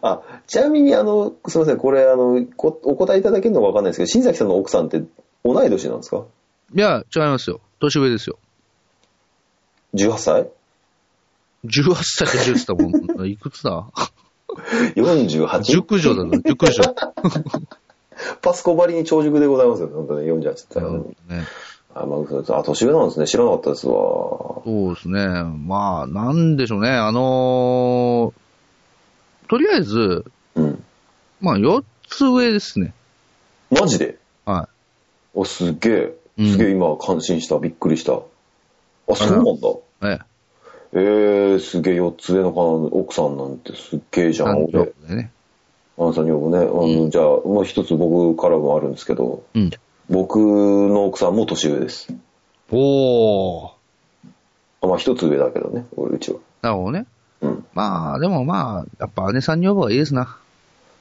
あ、ちなみにあの、すいません、これあの、こお答えいただけるのかわかんないですけど、新崎さんの奥さんって同い年なんですかいや、違いますよ。年上ですよ。 ?18 歳18歳か10歳だもん。 いくつだ ?48? 熟女だぞ、熟女。パスコばりに長熟でございますよね、本当に48って言ったら。ね、あ、まあ嘘です、あ、年上なんですね。知らなかったですわ。そうですね。まあ、なんでしょうね。あのーとりあえず、うん。まあ、4つ上ですね。マジではお、すげえ。うんすげえ今、感心した。びっくりした。あ、そうなんだ。い。ね。えー、すげえ、四つ上のかな奥さんなんてすっげえじゃん。誕生俺、日でね。アンさん女房ね。あの、じゃあ、もう一つ僕からもあるんですけど、うん。僕の奥さんも年上です。おー。あまあ、一つ上だけどね、俺、うちは。なるほどね。うん。まあ、でもまあ、やっぱ姉さん女房はいいですな。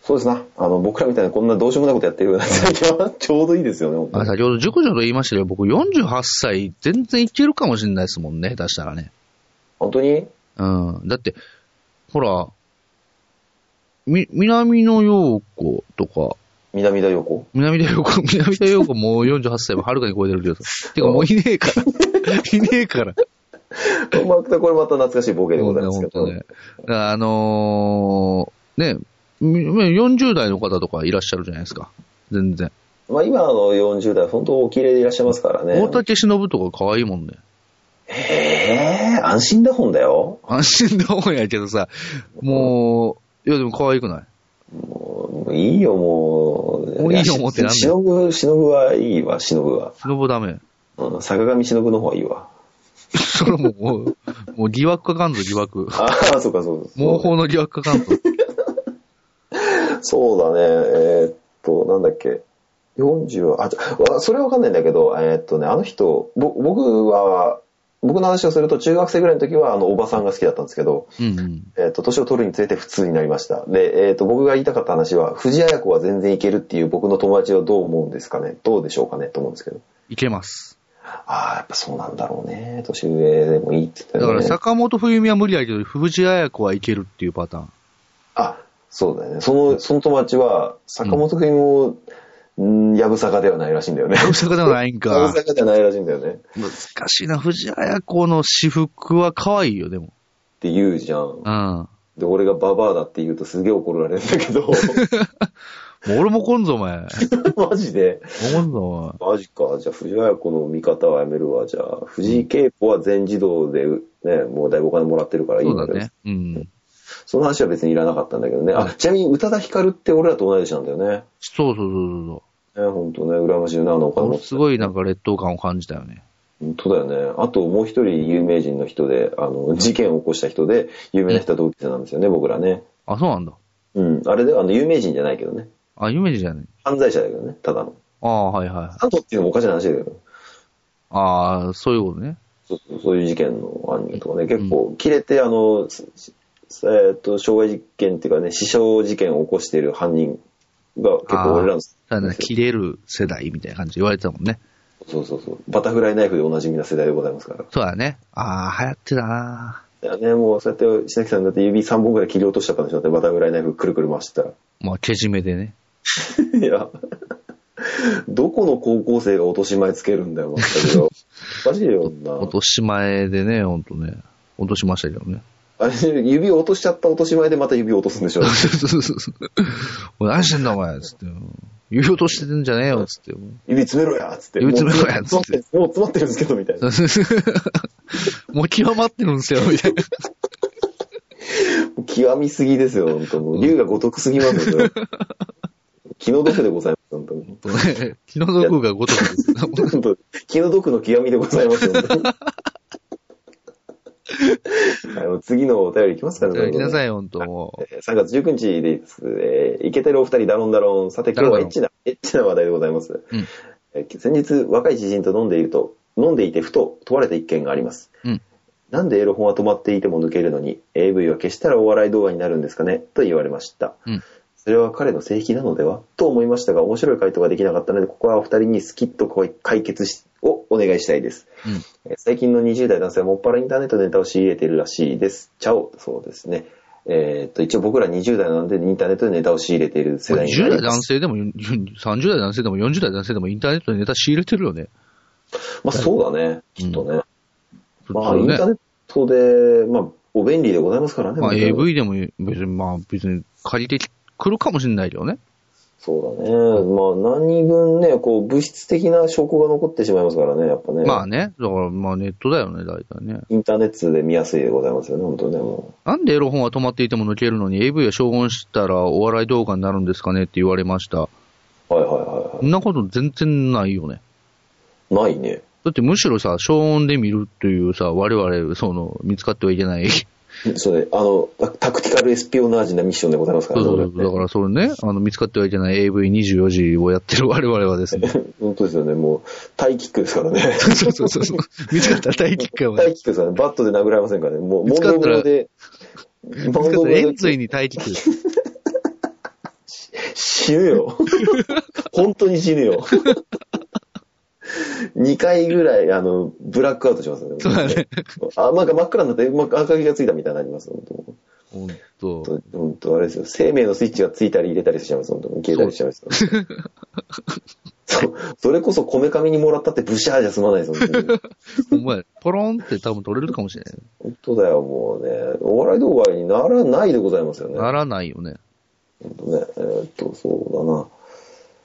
そうですな。あの、僕らみたいなこんなどうしようもないことやってるような最近は ちょうどいいですよね、本当あに。先ほど熟女と言いましたけど、僕48歳全然いけるかもしれないですもんね、下手したらね。本当にうん。だって、ほら、み、南野陽子とか、南田陽子 南田陽子、 南田陽子もう48歳ははるかに超えてるけど。てかもういねえ から。いねえから。またこれまた懐かしいボケでございますけ本ど。当ね。だからあのー、ね、み40代の方とかいらっしゃるじゃないですか。全然。まあ今の40代、本当お綺麗でいらっしゃいますからね。大竹しのぶとか可愛いもんね。ええ安心だ本だよ。安心だもんやけどさ、もう、いやでも可愛くないもういいよ、もう。もういいよもうってなんだよしのぶ、しのぶはいいわ、しのぶは。スノボダメ。うん、坂上しのぶの方はいいわ。それももう、もう疑惑かかんぞ、疑惑。ああ、そうか、そうか。毛包の疑惑かかんぞ。そうだね。えーっと、なんだっけ。40は、あ、ちょわそれはわかんないんだけど、えーっとね、あの人、ぼ僕は、僕の話をすると中学生ぐらいの時は、あの、おばさんが好きだったんですけど、うんうん。えっ、と、年を取るにつれて普通になりました。で、えっ、と、僕が言いたかった話は、藤あや子は全然いけるっていう僕の友達はどう思うんですかねどうでしょうかねと思うんですけど。いけます。ああ、やっぱそうなんだろうね。年上でもいいって言っただからね。坂本冬美は無理だけど、藤あや子はいけるっていうパターン。あ、そうだよね。その、その友達は、坂本くんも、うん、やぶさかではないらしいんだよね。大阪ではない んやぶか。さかじゃないらしいんだよね。っ難しいな。藤あや子の私服は可愛いよ、でも。て言うじゃんう。ん。もで、俺がババアだって言うとすげえ怒られるんだけ ど、う俺も来んぞ、お前。マジで。来んぞ、お前。マジか。じゃあ、藤あや子の見方はやめるわ。じゃあ、藤井恵子は全自動で、ね、もうだいぶお金もらってるからいいそんうだけだど、ね。うん。その話は別にいらなかったんだけどね。あ、ちなみに宇多田ヒカルって俺らと同い年なんだよね。そうそうそうそうね、本当ね、羨ましいよね、あのおそう。金も持のちす。ごいなんか劣等感を感じたよね。本当だよね。あともう一人有名人の人で、あの、事件を起こした人で、有名な人は同級生なんですよね、僕らね。あ、そうなんだ。うん。あれで、あの、有名人じゃないけどね。あ、夢じゃない。犯罪者だけどね、ただの。ああ、はいはい。あとっていうのもおかしな話だけど。ああ、そういうことね。そうそうそういう事件の犯人とかね、結構、切れて、あの、すすえっと、傷害事件っていうかね、死傷事件を起こしている犯人が結構俺らの、ただね、切れる世代みたいな感じで言われてたもんね。そうそうそう、バタフライナイフでおなじみな世代でございますから。そうだね。ああ、流行ってたな。いやね、もうそうやって、篠木さんだって指3本ぐらい切り落としちゃったんでしょだって、バタフライナイフくるくる回してたら。まあ、けじめでね。いや、どこの高校生が落とし前つけるんだよ、まったくよ。おかしいよ、女。落とし前でね、ほんとね。落としましたけどね。 あれ、指を落としちゃった落とし前でまた指を落とすんでしょそうそうそうそう。おい何してんだお前つって。言うとしてんじゃねえよつって。 指詰めろやつって。指詰めろやつもっうてもう詰まってるんですけど、みたいな。もう極まってるんですよ、みたいな。 極みすぎですよ、本当もう。竜が如くすぎますよ、それ気の毒でございます、本当に。ほんとね気の毒がごとくです。本当気の毒の極みでございますよ、本 当にはいもう次のお便りいきますか ね、行きなさい。いよ、ほんともう。えー3月19日です。えーイケてるお二人、ダロンダロン。さて、今日はエッチな、エッチな話題でございます。うんえー先日、若い知人と飲んでいると、飲んでいてふと問われた一件があります。うん。なんでエロ本は止まっていても抜けるのに、AV は消したらお笑い動画になるんですかねと言われました。うんそれは彼の性癖なのではと思いましたが、面白い回答ができなかったので、ここはお二人にスキッと解決しをお願いしたいです。うんえー最近の20代男性はもっぱらインターネットでネタを仕入れているらしいです。チャオ、そうですね。えーっと、一応僕ら20代なので、インターネットでネタを仕入れている世代にな10りま代す。男性でも、30代男性でも、40代男性でもインターネットでネタ仕入れてるよね。まあそうだね、きっとね。まあ、そうインねターネットで、まあ、お便利でございますからね。まあ本当に AV でも別に、まあ別に借りてくるかもしれないけどね。そうだね。まあ、何分ね、こう、物質的な証拠が残ってしまいますからね、やっぱね。まあね、だからまあネットだよね、大体ね。インターネットで見やすいでございますよね、本当ね、もなんでエロ本は止まっていても抜けるのに AV は消音したらお笑い動画になるんですかねって言われました。う。はいはいはいはそんなこと全然ないよね。い。ないね。だってむしろさ、消音で見るっていうさ、我々、その、見つかってはいけない。そそれ、あの、タタクティカルエスピオナージなミッションでございますかうらね、そう俺そう だからそれね、あの、見つかってはいけない AV24 時をやってる我々はですね。 本当ですよね、もう、タイキックですからね。そうそうそうそう。見つかったら大キックタね。イキックですからね、バットで殴られませんからね。もう、見モつンかゴったらブで、見つモンかったゴらブ円で錐に大キックです。死ぬよ。本当に死ぬよ。2回ぐらい、あの、ブラックアウトしますよね。そうだねあ、なんか真っ暗になって、ま赤火がついたみたいになります、本当ほんと。本当本当あれですよ。生命のスイッチがついたり入れたりしちゃいます、本当消えたりしちゃいます。 そう。それこそ、こめかみにもらったってブシャーじゃ済まないです、本当に。お前、ポロンって多分取れるかもしれない。本当だよ、もうね。お笑い動画にならないでございますよね。ならないよね。本当ね。えーっと、そうだな。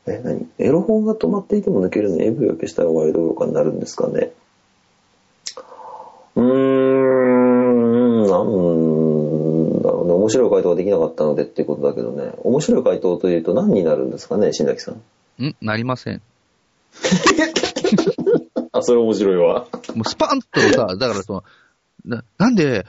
え、何エロ本が止まっていても抜けるのに AV を消したらワイド動画になるんですかねうーん、なんだろうね。面白い回答ができなかったのでっていうことだけどね。面白い回答というと何になるんですかね、新崎さん。んなりません。あ、それ面白いわ。もうスパンとさ、だからその、ななんで、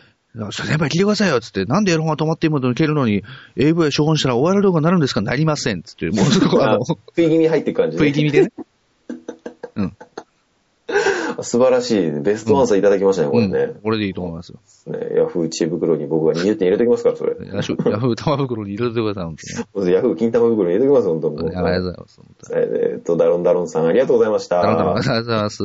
先輩聞いてくださいよっつって、なんでエロ本が止まっているのに抜けるのに、AV は処方したら終わる動画になるんですかなりませんっつって、もうそこあの、食い気味に入っていく感じ食い気味でね。うん。 素晴らしい。ベストアンサーいただきましたね、これうねん。これでいいと思いますよ。ねヤフー知恵袋に僕が20点入れときますから、それ。ヤフーヤフー玉袋に入れてください、本ヤフー金玉袋に入れときます、本当当に。に。ありがとうございます。本当にえーっと、ダロンダロンさん、ありがとうございました。ありがとうございます。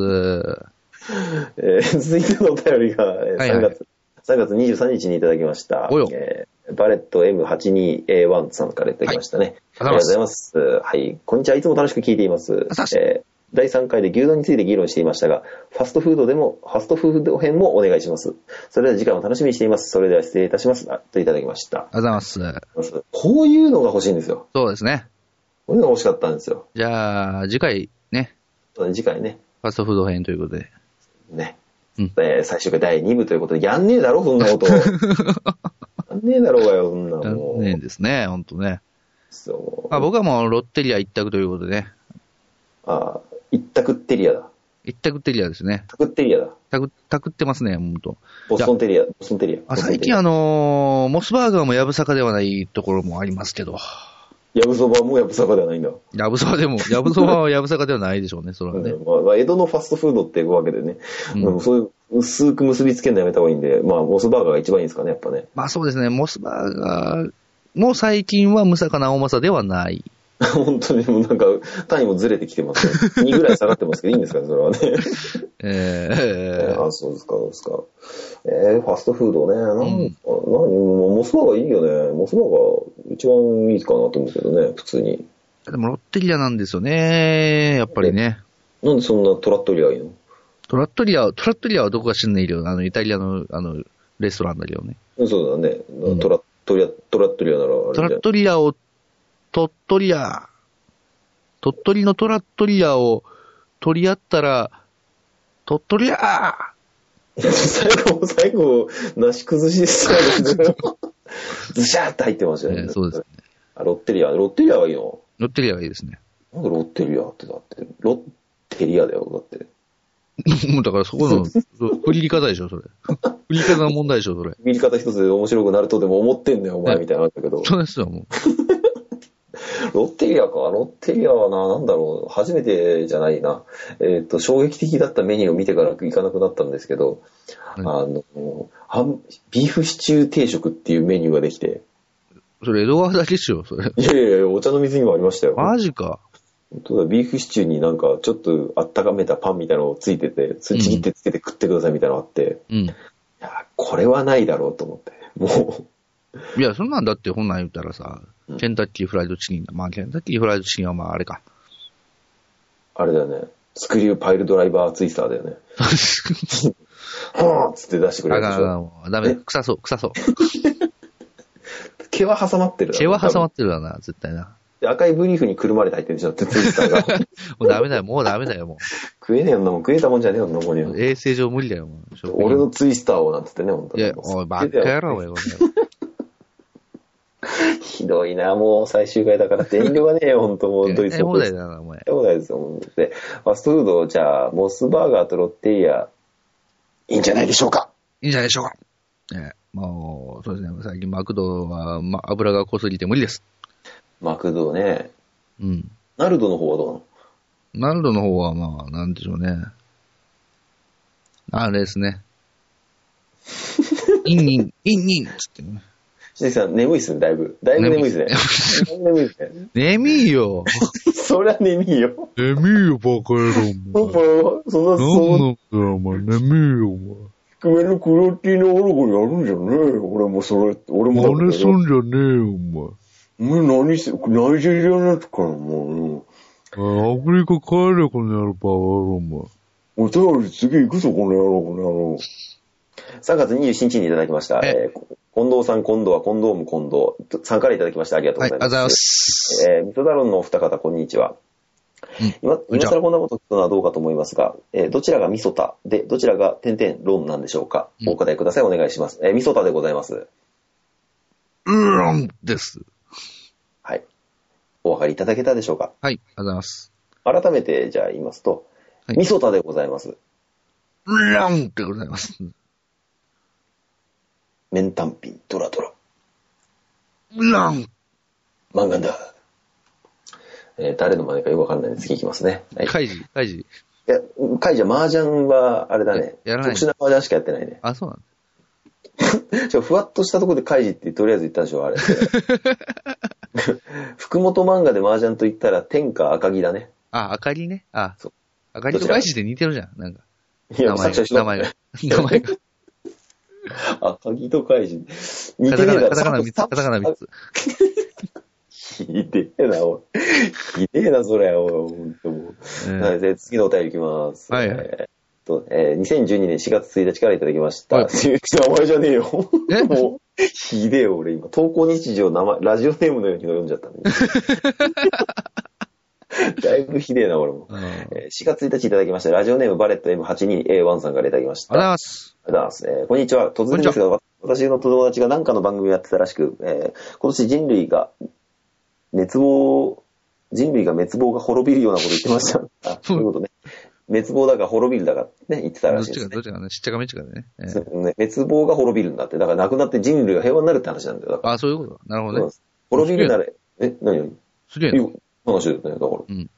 えー続いてのお便りが、えーはい3はい月、3月23日にいただきました。およえーバレット M82A1 さんからいただきましたね。はいありがとうございます。はい、こんにちは。いつも楽しく聞いています。あさしえー第3回で牛丼について議論していましたが、ファストフードでも、ファストフード編もお願いします。それでは時間を楽しみにしています。それでは失礼いたします。あといただきました。ありがとうございます。こういうのが欲しいんですよ。そうですね。こういうのが欲しかったんですよ。じゃあ、次回ね、次回ね。ファストフード編ということで。ね。うんえー最終回第2部ということで、やんねえだろ、そんな こと。やんねえだろうがよ、そんなもう。ねですね、ほんとね。そう。まあ僕はもうロッテリア一択ということでね。ああ、一択テリアだ。一択テリアですね。タクテリアだ。たく、たくってますね、ほんと。ボストンテリア、ボストンテリア。あ最近は。あのーモスバーガーもやぶさかではないところもありますけど。やぶそばもやぶそばではないんだ。やぶそばで も、やぶそばはやぶさかではないでしょうね、それはねう。んまあまあ江戸のファストフードっていうわけでね、ううんん、そういう薄く結びつけるのやめた方がいいんで、まあ、ボスバーガーが一番いいんですかね、やっぱね。 まあそうですね、モスバーガーも最近はムサカナオマサではない。本当にもうなんか、単位もずれてきてますね。2ぐらい下がってますけど、いいんですかね、それはね。えー、あ、そうですか、そうですか。えー、ファストフードね。なん、ん何モスバーガーいいよね。モスバーガー一番いいかなと思うけどね、普通に。でもロッテリアなんですよね、やっぱりね。なんでそんなトラットリアいいのトラットリア、トラットリアはどこか知んないけど、あの、イタリアの、あの、レストランだけどね。そうだね。んトラットリア、トラットリアならあれトラじゃッん。トリアを、鳥取や、鳥取のトラットリアを取り合ったら、鳥取や最後、最後、なし崩しです よ。ズシャーって入ってましたよね。えーそうですね。あ、ロッテリア、ロッテリアがいいのロッテリアがいいですね。 なんでロッテリアってだって、ロッテリアだよ、だって。もうだからそこの、そう振り方でしょ、それ。振り方の問題でしょ、それ。見方一つで面白くなるとでも思ってんだよ、お前みたいなんだけど。そうですよ、もう。ロッテリアか。ロッテリアはな、なんだろう。初めてじゃないな。えっ、と、衝撃的だったメニューを見てから行かなくなったんですけど、うんあの、ハンビーフシチュー定食っていうメニューができて、それ、江戸川だけっしょ、それ。いやいやいや、お茶の水にもありましたよ。マジか。本当だビーフシチューになんか、ちょっと温めたパンみたいなのをついてて、それちぎってつけて食ってくださいみたいなのあって、いうん。や、これはないだろうと思って。もいや、そんなんだって、ほんなん言ったらさ、うんケンタッキーフライドチキンだ。まあ、ケンタッキーフライドチキンはまあ、あれか。う、あれだよね。スクリューパイルドライバーツイスターだよね。はぁっつって出してくれあるでしかんあかょ。んもうダメ。臭そう、臭そう。毛は挟まってるだろ毛は挟まってるわ な、絶対な。で赤いブリーフにくるまれて入ってるんでしょって、ツイッターが。もうダメだよ、もうダメだよ、も 食えねえよんなもん、食えたもんじゃねえよんなもんう。よ。衛生上無理だよ、もう。食 品俺のツイスターをなんつってね、本当いに。や、おい、ばっかやろ、お 前。こひどいな、もう最終回だから、遠慮がねえよ、本当もれう、ドイ絶対ツ放題だな、お前。 そうないですよ、もうで、ファストフード、じゃあ、モスバーガーとロッテリア、いいんじゃないでしょうか。いいんじゃないでしょうか。ええもう、そうですね、最近マクドは、ま、油が濃すぎて無理です。マクドね。うん。ナルドの方はどうなのナルドの方は、まあ、なんでしょうね。あれです ね。インイン、インインっつってね。鈴木さん、眠いっすね、だいぶ。だいぶ眠いっすね。だいぶ眠いっすね。眠いよ。そりゃ眠い よ。 眠いよ、バカ野郎。お前もうそんな、何そう、なんだよ、お前。眠いよ、お前。低めのクロティのオロゴにやるんじゃねえよ。俺もそれ、俺もだけど真似すんじゃねえよ、お前。もう何して、ナイジェリアのやつからもアフリカ帰れ、この野郎、バカ野郎、お前。う、お便り次行くぞ、この野郎、この野郎。3月27日にいただきました。ええー近藤さん、今度は、近藤も近藤さんからいただきました。ありがとうはごい、ありざいがとうごます。ざいます。えー、ミトダロンのお二方、こんにちは。うん今んに今ちは更こんなこと聞くのはどうかと思いますが、えーどちらがミソタで、どちらが点々ロンなんでしょうか、うんお答えください。お願いします。えー、ミソタでございます。うーんです。はい。お分かりいただけたでしょうかはい、ありがとうございます。改めて、じゃあ言いますと、はいミソタでございます。うーんでございます。メンタンピン、ドラドラ、うらんマンガンダー。えー誰の真似かよくわかんないんで次いきますね。はい。カイジ、カイジ。いや、カイちゃん、麻雀は、あれだね。ややらない特殊な麻雀しかやってない ね。あ、そうなんだ。じゃふわっとしたところでカイジってとりあえず言ったでし ょ、あれ。福本漫画で麻雀と言ったら、天下赤城だね。あ、あかりね。あそう、あかりとどちら返しで似てるじゃん。なんか、いや、名前作者が。知ら名な前いが。名前が。 赤城とカイジ。似カてタねカえだナ、ろカタカナ3つ。カタカナ3つ。ひでえな、おい。ひでえな、それ、おい、ほんともう。うんはい、で、次のお便りいきます。はいはいえーっと、えー、2012年4月1日からいただきました。 はいっていう名前じゃねえよ。えもう、ひでえよ、俺今。投稿日常名前、ラジオネームのように読んじゃったね。 だいぶひでえな、俺も。うんありがとうえー4月1日いただきました。ラジオネームバレット M82A1 さんからいただきましたご。ざいます。ありがとうございます。えーこんにちは。突然ですが、私の友達が何かの番組をやってたらしく、えー今年人類が滅亡、人類が滅亡が滅びるようなこと言ってま した。あ、そういうことね。滅亡だか滅びるだかね、言ってたどらっしいでちすか、ね。どっちかね。ちっちゃかめっちゃかでね。ええそうね滅亡が滅びるんだって。だからなくなって人類が平和になるって話なんだよ。だからあ、そういうこと。なるほそうなどんねで。す滅びるなら、え、何何すげえいな。う話だよね、だから。うん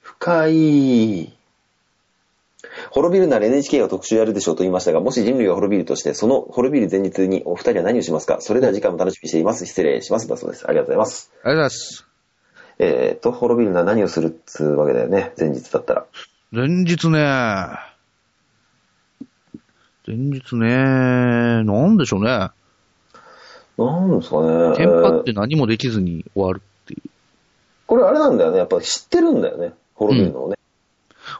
深い。滅びるなら NHK が特集やるでしょうと言いましたが、もし人類が滅びるとして、その滅びる前日にお二人は何をしますかそれでは次回も楽しみにしています。失礼します。だそうです。ありがとうございます。ありがとうございます。えーと、滅びるなら何をするっつうわけだよね。前日だったら。前日ね。前日ね。なんでしょうね。なんですかね。テンパっえーて何もできずに終わるっていう。これあれなんだよね。やっぱ知ってるんだよね。滅びるのをね。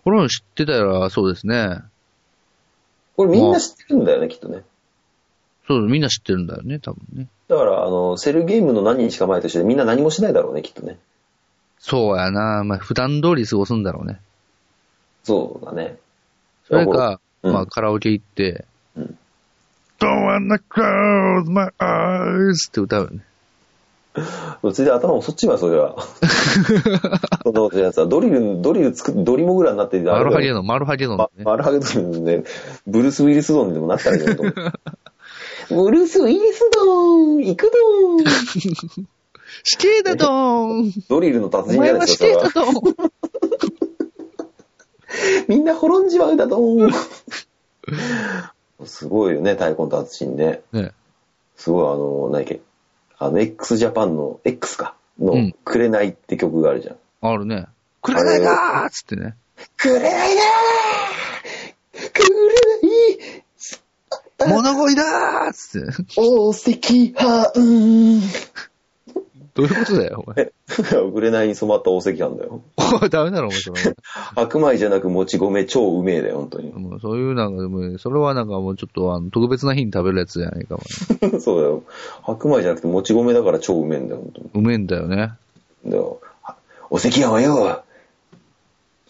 これも知ってたら、そうですね。これみんな知ってるんだよね、きっとね。そう、みんな知ってるんだよね、多分ね。だから、あの、セルゲームの何日か前としてみんな何もしないだろうね、きっとね。そうやな。まあ、普段通り過ごすんだろうね。そうだね。それか、うんまあ、カラオケ行って、うん、 Don't wanna close my eyes って歌うよね。うちで頭をそっちはそれは。 そんなことやつは、ドリル、ドリル作っドリモグラになってて、マルハゲドドン、マルハゲドンだね。マルハゲドンね、ブルース・ウィリスドンにでもなったらいいなと思 うブルース・ウィリスドン行くドン死刑だどーんドリルの達人おじ前ゃなはいで死すか、そ刑れだは。どーんみんな滅んじまうだドンすごいよね、太鼓の達人ね。ねすごい、あの、何やっけ、あの、x ジャパンの、X か、のうん、くれないって曲があるじゃん。あるね。くれないかーっつってね。くれないだーくれない物乞いだーっつってね。お赤飯。 どういうことだよ、お前。くれないに染まったお赤飯だよ。おい、ダメだろ、お前、それ。白米じゃなくもち米超うめえだよ、本当 に。もうそういうなんか、でもそれはなんかもうちょっとあの特別な日に食べるやつじゃないかも、そうだよ。白米じゃなくてもち米だから超うめえんだよ、本当に。うめえんだよね。だよ。あお赤飯はよ、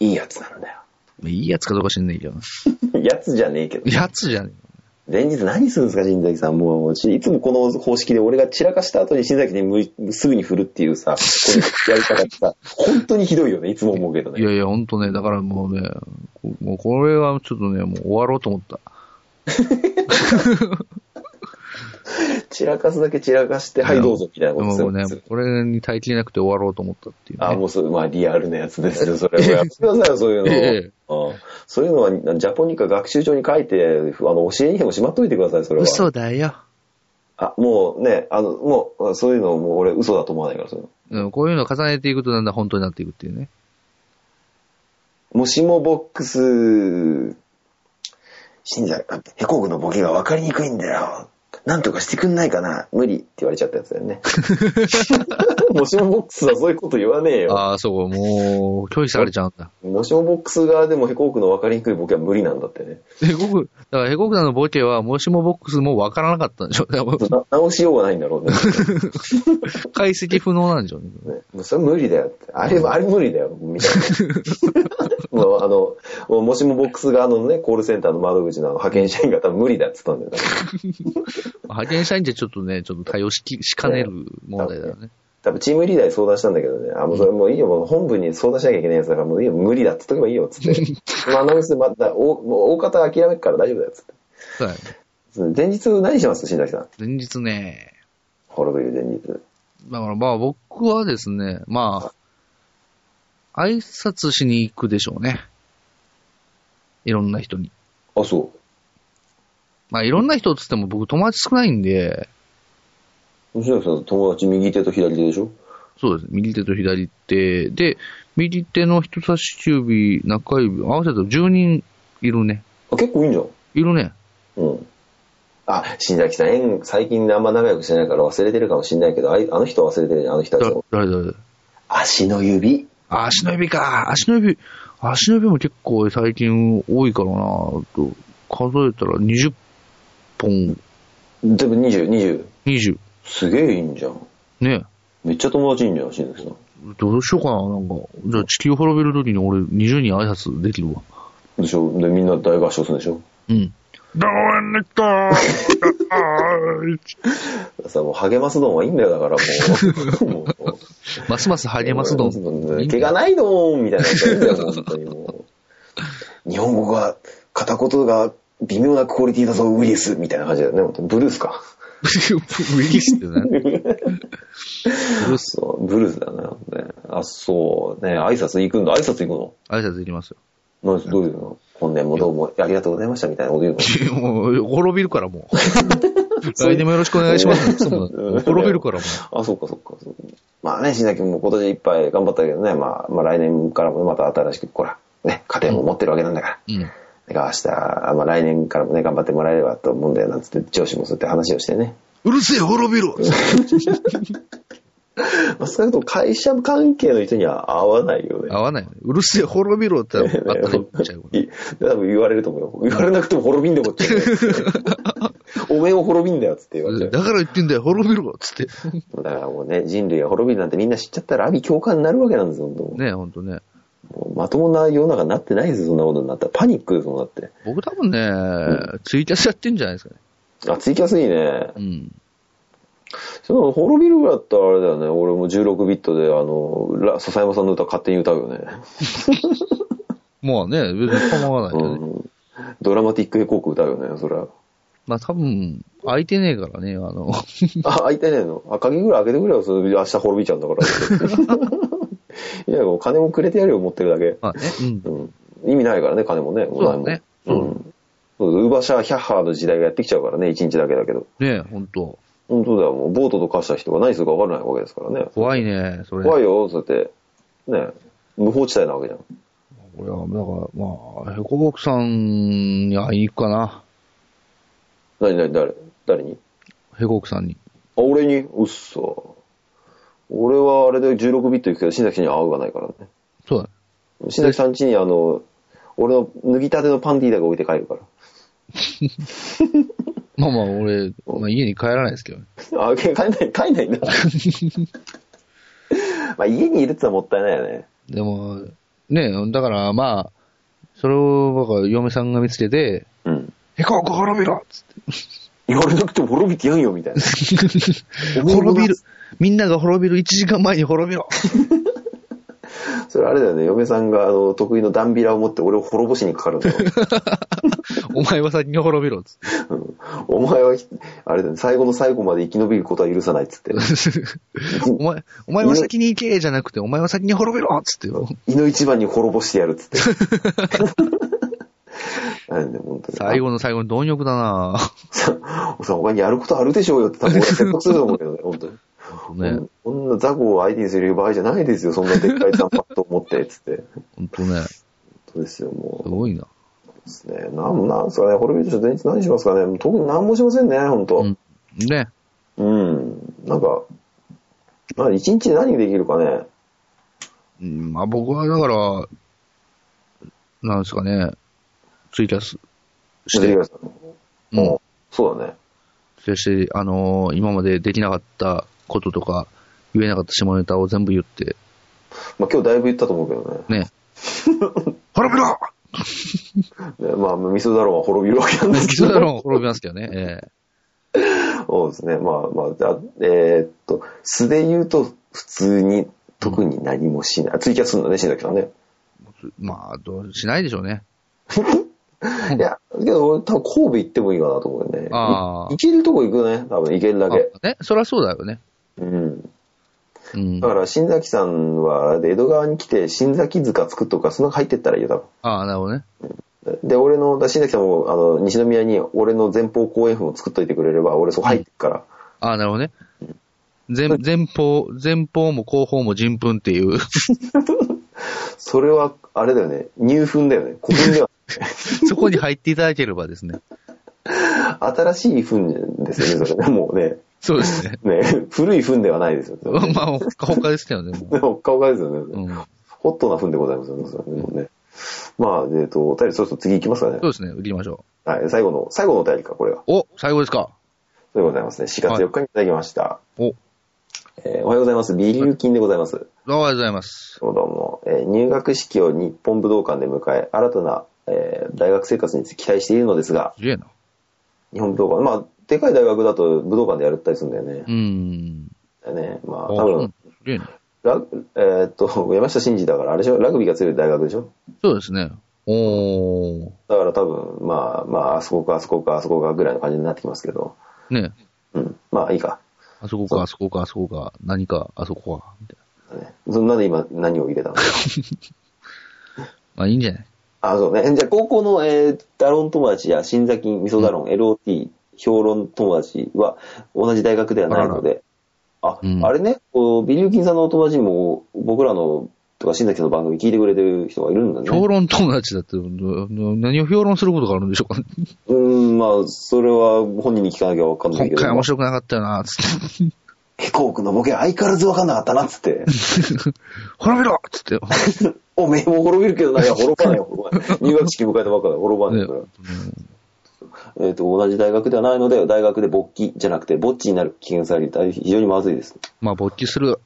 いいやつなん だよ。いいやつかどうか知んないけどな。やつじゃねえけど。やつじゃね前日何するんですか、新崎さん。もう、いつもこの方式で俺が散らかした後に新崎にむすぐに振るっていうさ、こういうやり方ってさ、本当にひどいよね、いつも思うけどえ。いね。やいや、ほんとね、だからもうね、こもうこれはちょっとね、もう終わろうと思った。散らかすだけ散らかして、はい、どうぞ、みたいなでこともすもるうねする、これに耐えきれなくて終わろうと思ったっていう、ね。あ、もうそう、まあリアルなやつです よ、それ。やめてくださいよ、そういうの。ええあそういうのは、ジャポニカ学習帳に書いて、あの、教えにでもしまっといてください、それは。嘘だよ。あ、もうね、あの、もう、そういうの、もう俺嘘だと思わないから、そういううんこういうのを重ねていくとだんだん本当になっていくっていうね。の。もしもボックス、信者、ヘコーグのボケが分かりにくいんだよ。なんとかしてくんないかな。無理って言われちゃったやつだよ ね。もしもボックスはそういうこと言わねえよ。ああ、そう、もう、拒否されちゃうんだ。もしもボックス側でもヘコーグの分かりにくいボケは無理なんだってね。ヘコク、 だからヘコクさんのボケは、もしもボックスもわからなかったんでしょうね。 な直しようがないんだろうね。 解析不能なんでしょうね。ね、もうそれ無理だよって。あれ、あれ無理だよ、み たいな。もうあの、もうもしもボックス側のね、コールセンターの窓口のあの派遣社員が多分無理だって言ったんだよ。派遣社員ってちょっとね、ちょっと対応しきしかねる問題だよね。多分チームリーダーに相談したんだけどね、あ、もうそれもういいよ、もう本部に相談しなきゃいけないやつだから、もういいよ、無理だって言っとけばいいよ、つ って。まあ、アナウンスでまた、おもう大方諦めるから大丈夫だよ、つって。そうだね。前日何します新崎さん。前日ね、滅びる前日。だからまあ僕はですね、まあ、挨拶しに行くでしょうね。いろんな人に。あ、そまあ、いろんな人っつっても僕友達少ないんで、う。吉崎さん、友達右手と左手でしょそうです。右手と左手。で、右手の人差し指、中指、合わせると10人いるね。あ、結構いいんじゃん。いるね。うん。あ、新崎さん縁、最近あんま仲良くしてないから忘れてるかもしんないけど、あいあの人忘れてるじゃん、あの人ただちの誰だ誰だ足の指。あ足の指か。足の指。足の指も結構最近多いからなと数えたら20本、でも20、20。 20。すげえいいんじゃん。ね。めっちゃ友達いいんじゃん、新崎さん。どうしようかな、なんか。じゃあ地球滅びる時に俺20人挨拶できるわ。でしょで、みんな大合唱するんでしょうん。どうにかさ、もう励ますのはいいんだよ、だ からもう。もう ますます励ますどん。毛がないのみたいな。いいんだよ、本当にもう。日本語が、片言が微妙なクオリティだぞ、ウィリスみたいな感じだよね、本当にブルースか。ウィリスってね。ブルース、そう、ブルースだな、ね。あ、そう、ね、挨拶行くんだ、挨拶行挨拶できますよ。くの。なんどういうの本年もどうもありがとうございましたみたいな こと言うの。もう、滅びるから もう。来年もよろしくお願いし ます。そううん滅びるからも あ、そっかそっか。そうまあね、新崎も今年いっぱい頑張ったけどね、まあ、まあ来年からもまた新しく、ほら、ね、家庭も持ってるわけなんだから。う。うん。だから明日、まあ来年からもね、頑張ってもらえればと思うんだよ、なんつって、上司もそうやって話をしてね。うるせえ、滅びろまあ、少なくとも会社関係の人には合わないよね。合わないよね。うるせえ、滅びろっ て後で言っちゃうから。い多分言われると思うよ。言われなくても滅びんでこっち。おめえも滅びんだよっつって言われちゃう。だから言ってんだよ、滅びろっつって。だからもうね、人類が滅びるなんてみんな知っちゃったら、阿鼻共感になるわけなんですよ、本当もねえ、ほんとね。うまともな世の中になってないですよ、そんなことになったら。パニックですもん、だって。僕多分ね、ツイキャスやってんじゃないですかね。あ、ツイキャスいいねう。ん。その滅びるぐらいだったらあれだよね、俺も16ビットで、あの、ラ笹山さんの歌勝手に歌うよね。まあね、別に構わないよね。うん。ドラマティックヘコーク歌うよね、それは。まあ多分、空いてねえからね、あの、 あ、開いてねえのあ、鍵ぐらい開けてくれよ、それ明日滅びちゃうんだ から。いや、お金もくれてやるよ、持ってるだけ。まあね、うん。うん。意味ないからね、金もね。そうだね。お前も。うん。そうウーバーシャー、ヒャッハーの時代がやってきちゃうからね、一日だけだけど。ねえ、ほんと。本当だよ、もうボートと化した人が何するか分からないわけですからね。怖いね、それ。怖いよ、そうやって。ね無法地帯なわけじゃん。これは、だから、まあ、ヘコボクさんに会いに行くかな。何、何、誰誰にヘコボクさんに。あ、俺にうっそ。俺はあれで16ビット行くけど、新崎さんには会うがないからね。そうだね。新崎さん家にあの、俺の脱ぎたてのパンティーだけ置いて帰るから。まあまあ、俺、まあ、家に帰らないですけどね。あ、 帰んない、帰ん ないんだ。まあ家にいるってのはもったいないよね。でも、ねだからまあ、それを、僕は嫁さんが見つけて、うん。ヘコボク滅び ろっつって。言われなくても滅びてやんよ、みたいな。滅びる。みんなが滅びる1時間前に滅 びろ。それあれだよね、嫁さんがあの得意のダンビラを持って俺を滅ぼしにかかるん だよ。お前は先に滅び ろっつっうんお前は、あれだよね、最後の最後まで生き延びることは許さないっつって。て。お前、お前は先に行けじゃなくて、お前は先に滅びろっつってよ。胃の一番に滅ぼしてやるっ つって。なんで、本当に。最後の最後に貪欲だなさ、さ、他にやることあるでしょうよって多分俺説得すると思うけどね、本当に。ねうんこんな雑魚を相手にする場合じゃないですよ、そんなでっかい残ッと思って、つって。ほんとね、すそうですよ、もう。ごいな。ですね。なん、なんすかね、滅びる人前日何しますかね。特に何もしませんね、本当。うん。ね。うん。なんか、まあ、一日で何ができるかね。うんまあ僕はだから、なんですかね、ツイキャスし藤て、ヶ谷さんうんもう、そうだね。そして、あのー今までできなかったこととか、言えなかった下ネタを全部言って、まあ、今日だいぶ言ったと思うけどね。ね。滅びろねまあ、味噌だろうは滅びるわけなんですけど。そうだろう、滅びますけどね。ええそうですね。まあまあ、じゃあえーっと、素で言うと、普通に、特に何もしない。あツイキャスするんだね、新崎さんね。まあ、どうしないでしょうね。いや、けど俺多分神戸行ってもいいかなと思うよね。ああい行けるとこ行くね、多分行けるだけ。あね、そりゃそうだよね。うん。うんだ。から、新崎さんは、あれで江戸川に来て、新崎塚作っとくから、その中入ってったらいいよ、ああ、なるほどね。多で、俺の、だ新崎さんも、あの、西宮に俺の前方後円墳を作っといてくれれば、俺そこ入ってくから。ああ、なるほどね。前、前方、前方も後方も人糞っていう。 それは、あれだよね。入墳だよね。古墳では。そこに入っていただければですね。新しい墳ですよね、それね。もうね。そうですね。 ね、古い墳ではないですよ。ま あ、ほっかほかですけどね。もでも、顔がですよね。ううん。ホットな墳でございますよね、それね。もうねまあ、えっ、と、お便りそろそろ次行きますかねそ。うですね。売りましょはい、最後の、最後のお便りか、これは。う。お、最後ですか。そうでございますね。4月4日にいただきました。お、えーおはようございます。ビリルキンでございます。おはようございます。どうも、えー入学式を日本武道館で迎え、新たな、えー大学生活に期待しているのですが、すげえな。日本武道館、まあ、でかい大学だと武道館でやるったりするんだよねう。ーん。だよねまあ、あ多う分ん、すげえな。ラえーっと、山下真司だから、あれでしょラグビーが強い大学でしょそうですね。おー。だから多分、まあ、まあ、あそこか、あそこか、あそこかぐらいの感じになってきますけど、ね。うん、まあいいか。あそこか、あそこか、あそこか、何か、あそこか、みたいな。ねそんなで今何を入 れたのまあ、いいんじゃないあ、そうね。じゃあ、高校の、えーダロン友達や新崎味噌ダロン、LOT、評論友達は同じ大学ではないので、あ、うんあれね、こうビリューキンさんのお友達にも、僕らの、とか新崎さんの番組聞いてくれてる人がいるんだね。評論友達だって、どど何を評論することがあるんでしょうかね。うーん、まあ、それは本人に聞かなきゃわかんない今けど。回面白くなかったよな、つって。 飛行機の模型相変わらずわかんなかったな、つ って。滅びろつって。 ねおめえも滅びるけどな、いや、滅ば ないよ、滅ばない。入学式迎えたばっかだよ、滅ばないよ、それはえっ、と、同じ大学ではないので、大学で勃起じゃなくて、ぼっちになる危険されたり、非常にまずいです。まあ、勃起する。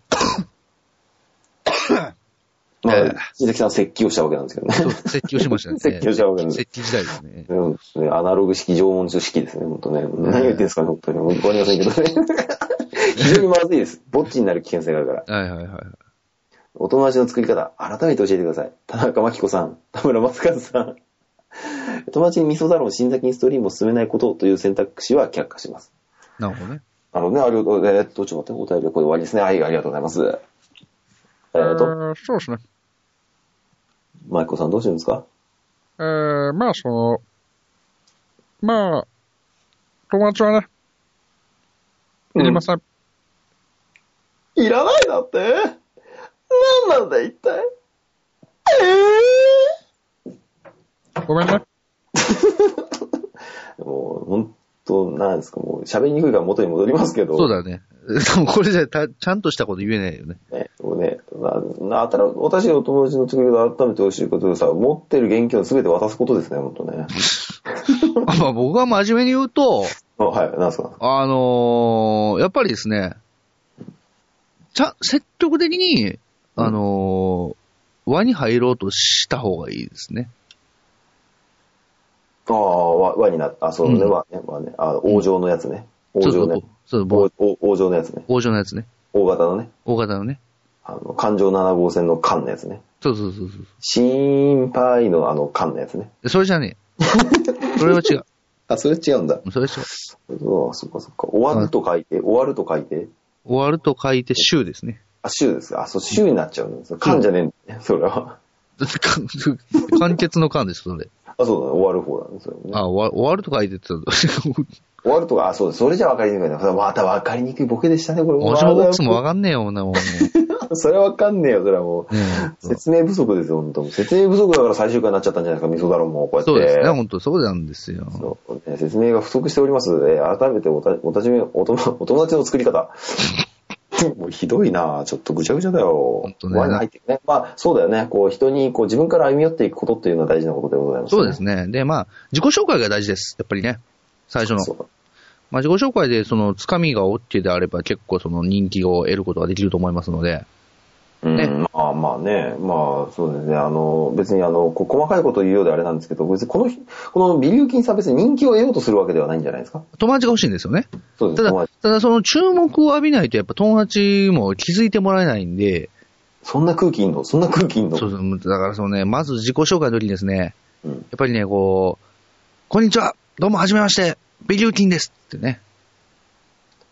まあええ、鈴木さんは説教したわけなんですけどね。説教し ましたね。説教したわけです説教時代ですね。 うんねアナログ式、縄文書式ですね、本当ね。何を言ってんすかね、本当に。わかりませんけどね。 非常にまずいです。ぼっちになる危険性があるから。はいはいはい。お友達の作り方、改めて教えてください。田中真紀子さん、田村正和さん。友達に味噌だろう、新崎にストリームを進めないことという選択肢は却下します。なるほどね。あのね、ありがとう、えーっと、ちょっと待って、お便りはこれで終わりですね。はい、ありがとうございます。えーっと、えーそうですね。マイコさんどうしてるんですかえー、まあ、その、まあ、友達はね、いりません。いらないだってなんなんだ一体えごめんね。ー、もう、本当なんですか、もう喋りにくいから元に戻りますけど。そうだね。 でもこれじゃた、ちゃんとしたこと言えないよね。ね、もうね、な、な、新私のお友達の作り方を改めて教えることでさ、持ってる現金を全て渡すことですね、本当 ね。あまあ、僕は真面目に言うと、あはい、なんですか。あのーやっぱりですね、ちゃ、積極的に、あのー輪に入ろうとした方がいいですね。ああ、和和になった。あ、そうね、うん和ね、和ね。あ、王城のやつね。王城そうねそう。そう、王ぼ王王城のやつね。王女のやつね。大型のね。大型のね。あの、環状7号線の間のやつね。そうそうそうそう。心配のあの間のやつね。それじゃね え。それは違う。あ、それ違うんだ。それは違う。そう、そっかそっか。終わると書いて、終わると書いて。終わると書いて週ですね。 あ、週ですか。あ、そう、週になっちゃうんですよ。間じゃねえんだね、それは。だって完完結の間です、それ。あ、そうだね。終わる方なんですよね。あ、終わ終わると書いてってた。終わるとか、あ、そうです。それじゃ分かりにくいね。それまた分かりにくいボケでしたね、これ。王女ボックスもわかんねえよ、な、もう。ね それは分かんねえよ、それはもう。え説明不足ですよ、本当説明不足だから最終回になっちゃったんじゃないですか、味噌だろうも、こうやって。そうですね、 本当そうなんですよ。そうね説明が不足しております。えー改めておたおたじめおと もお友達の作り方。 もうひどいなちょっとぐちゃぐちゃだよん。とね輪に入っていくね。まあ、そうだよね。こう、人に、こう、自分から歩み寄っていくことっていうのは大事なことでございます、そうですね。で、まあ、自己紹介が大事です。やっぱりね。最初の。そうまあ、自己紹介で、その、つかみが OK であれば、結構その人気を得ることができると思いますので。うん、ねまあまあね、まあそうですね、あの、別にあの、こう細かいことを言うようであれなんですけど、別にこの人、この微粒菌さんは別に人気を得ようとするわけではないんじゃないですか友達が欲しいんですよね。そうでたすねだ、、ただその注目を浴びないと、やっぱ友達も気づいてもらえないんで、そんな空気いんのそんな空気いんのそうそう、だからそのね、まず自己紹介の時にですね、うんやっぱりね、こう、こんにちは、どうもはじめまして、ビリューキンですってね。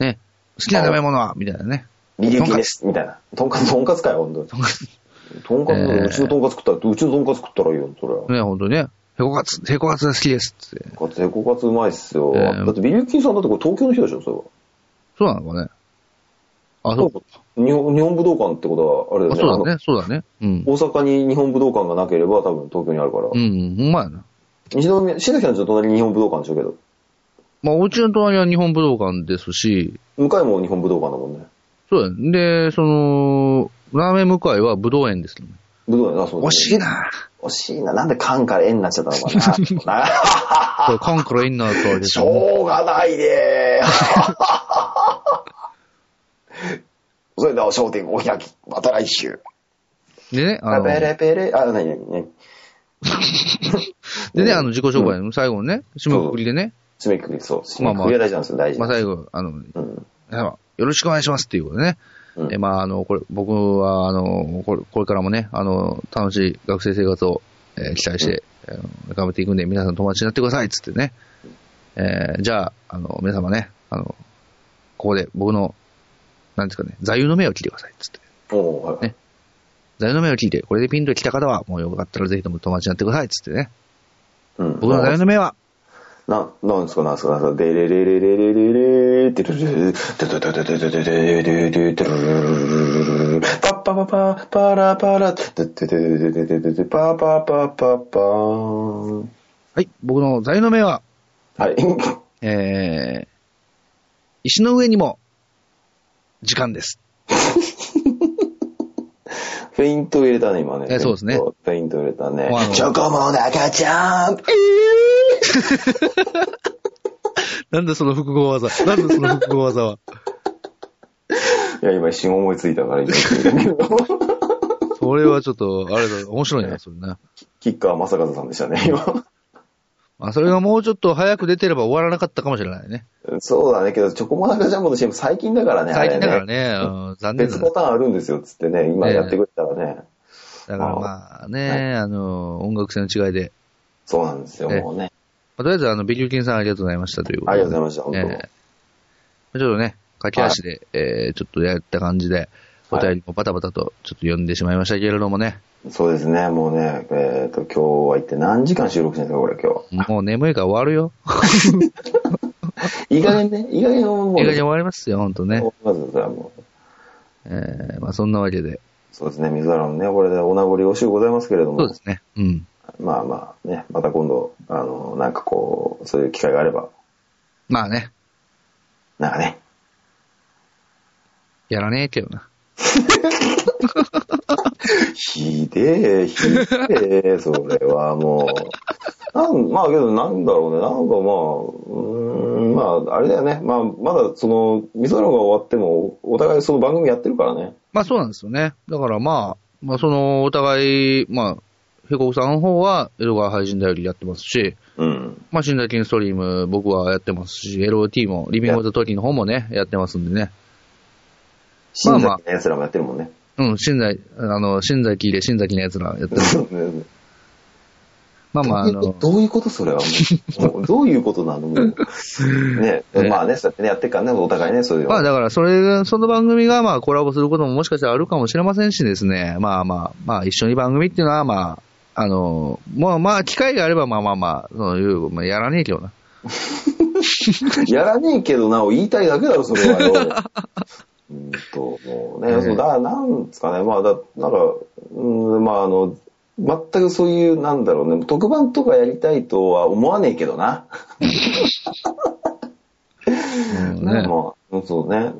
ね、好きな食べ物は、みたいなね。微粒菌ですみたいな。とんかつ、とんかつかよ、本当に。とんかつ、えーうちのとんかつ食ったら、うちのとんかつ食ったらいいよ、それは。ね、本当にね。ヘコカツ、ヘコカツが好きですって。カツ、ヘコカツうまいっすよ。えーだって、ビリッキーさんだってこれ東京の人でしょ、それは。そうなのかね。あ、そう。日本日本武道館ってことは、あれあだそうよね。だね、そうだね。うんあ。の大阪に日本武道館がなければ多分東京にあるから。うん、うん、ほんまやな。西宮、新崎さんちの隣に日本武道館でしょうけど。まあ、お家の隣は日本武道館ですし、向かいも日本武道館だもんね。そうだね。で、その、ラーメン向かいは武道園ですけどね。武道館あ、そうだね惜しい。な惜しいな。なんで缶から円になっちゃったのかな。 なこれ、カンクロインナーとあれですしよね。ょうがないねそれでは、商店お開き。また来週。でね、あペの、でレペレ。あ、なになになにね、あの、自己紹介の最後のね、締めくくりでね、締めくくり、そう。締まあめまくくありは大事なんですよ、大事。まあ、最後、あの、皆うん。様よろしくお願いしますっていうことでね。うんえ、まあ、あの、これ、僕は、あの、これ、これからもね、あの、楽しい学生生活を、えー期待して、あの頑張っていくんで、皆さん友達になってくださいっつってね。えーじゃあ、あの、皆様ね、あの、ここで僕の、なんですかね、座右の銘を聞いてくださいっつって。おーはいね座右の銘を聞いて、これでピンと来た方は、もうよかったらぜひとも友達になってくださいっつってね。うん。僕の座右の銘は、な、なんですか、なんですか、なんですか、でれれれれれれれてるる、てるてるてるてるてるてるてるるるパッパパパ、パラパラ、てててててててて、パパパパパーン。はい、僕の座右の銘は、はい。えー、石の上にも、時間です。フェイント入れたね、今ね。えそうですねフェイント入れたねもうあ。のチョコモナカちゃんなんでその複合技なんでその複合技はいや、今一瞬思いついたから、今言ってるそれはちょっと、あれだ、面白いな、それな。キッカー正和さんでした ね、今。まあ、それがもうちょっと早く出てれば終わらなかったかもしれないね。そうだね、けど、チョコモナカジャンボの CM 最近だからね、最近だかあられね、うん残念だ別なパ。ターンあるんですよ、つってね、今やってくれたらね。だからまあね、あの、音楽性の違いで。そうなんですよ、ええもうね。まあとりあえず、あの、ビリューキンさんありがとうございましたということあで。りがとうございました、本当。ええちょっとね、駆け足で、えーちょっとやった感じで、お便りもバタバタとちょっと読んでしまいましたけれどもね、そうですね、もうね、えっ、と、今日は一体何時間収録してんですか、これ今もう眠いから終わるよ。日。いい加減 ね、いい加減もう、映画に終わりますよ、ほんとね。まずそれはもう、えーまあそんなわけで。そうですね、水原もね、これでお名残惜しゅうございますけれどそうもで、すね。うん。まあまあね、また今度、あの、なんかこう、そういう機会があれば、まあね、なんかね、やらねえけどな。ひでえ、ひでえ、それはもう。なんまあけど、なんだろうね。なんかまあ、うーん、まあ、あれだよね。まあ、まだその、ミソラが終わっても、お互いその番組やってるからね。まあそうなんですよね。だからまあ、まあその、お互い、まあ、ヘコクさんの方は、エロが配信だよりやってますし、うん。まあ、信頼金ストリーム、僕はやってますし、LOT も、リビングオブザトーキーの方もね、やってますんでね。ま新あまあ崎の奴らもやってるもんね。うん、新崎、あの、新崎で新崎のやつらやってる。 まあまあ、あどういう の、どういうことそれはもう。 もうどういうことなのもう。ね、まあね、そうやってね、やってるからね、お互いね、そういうの。まあだから、それ、その番組が、まあコラボすることももしかしたらあるかもしれませんしですね、まあまあ、まあ一緒に番組っていうのは、まあ、あの、まあまあ、機会があれば、まあまあまあ、そういう、まあ、やらねえけどな。 やらねえけどな、を言いたいだけだろ、それはよ。うんと、もうね、ええそうだ、なんですかね、まあ、だ、だから、うん、まあ、あの、全くそういう、なんだろうね、特番とかやりたいとは思わねえけどな。うんまねあ、そうね。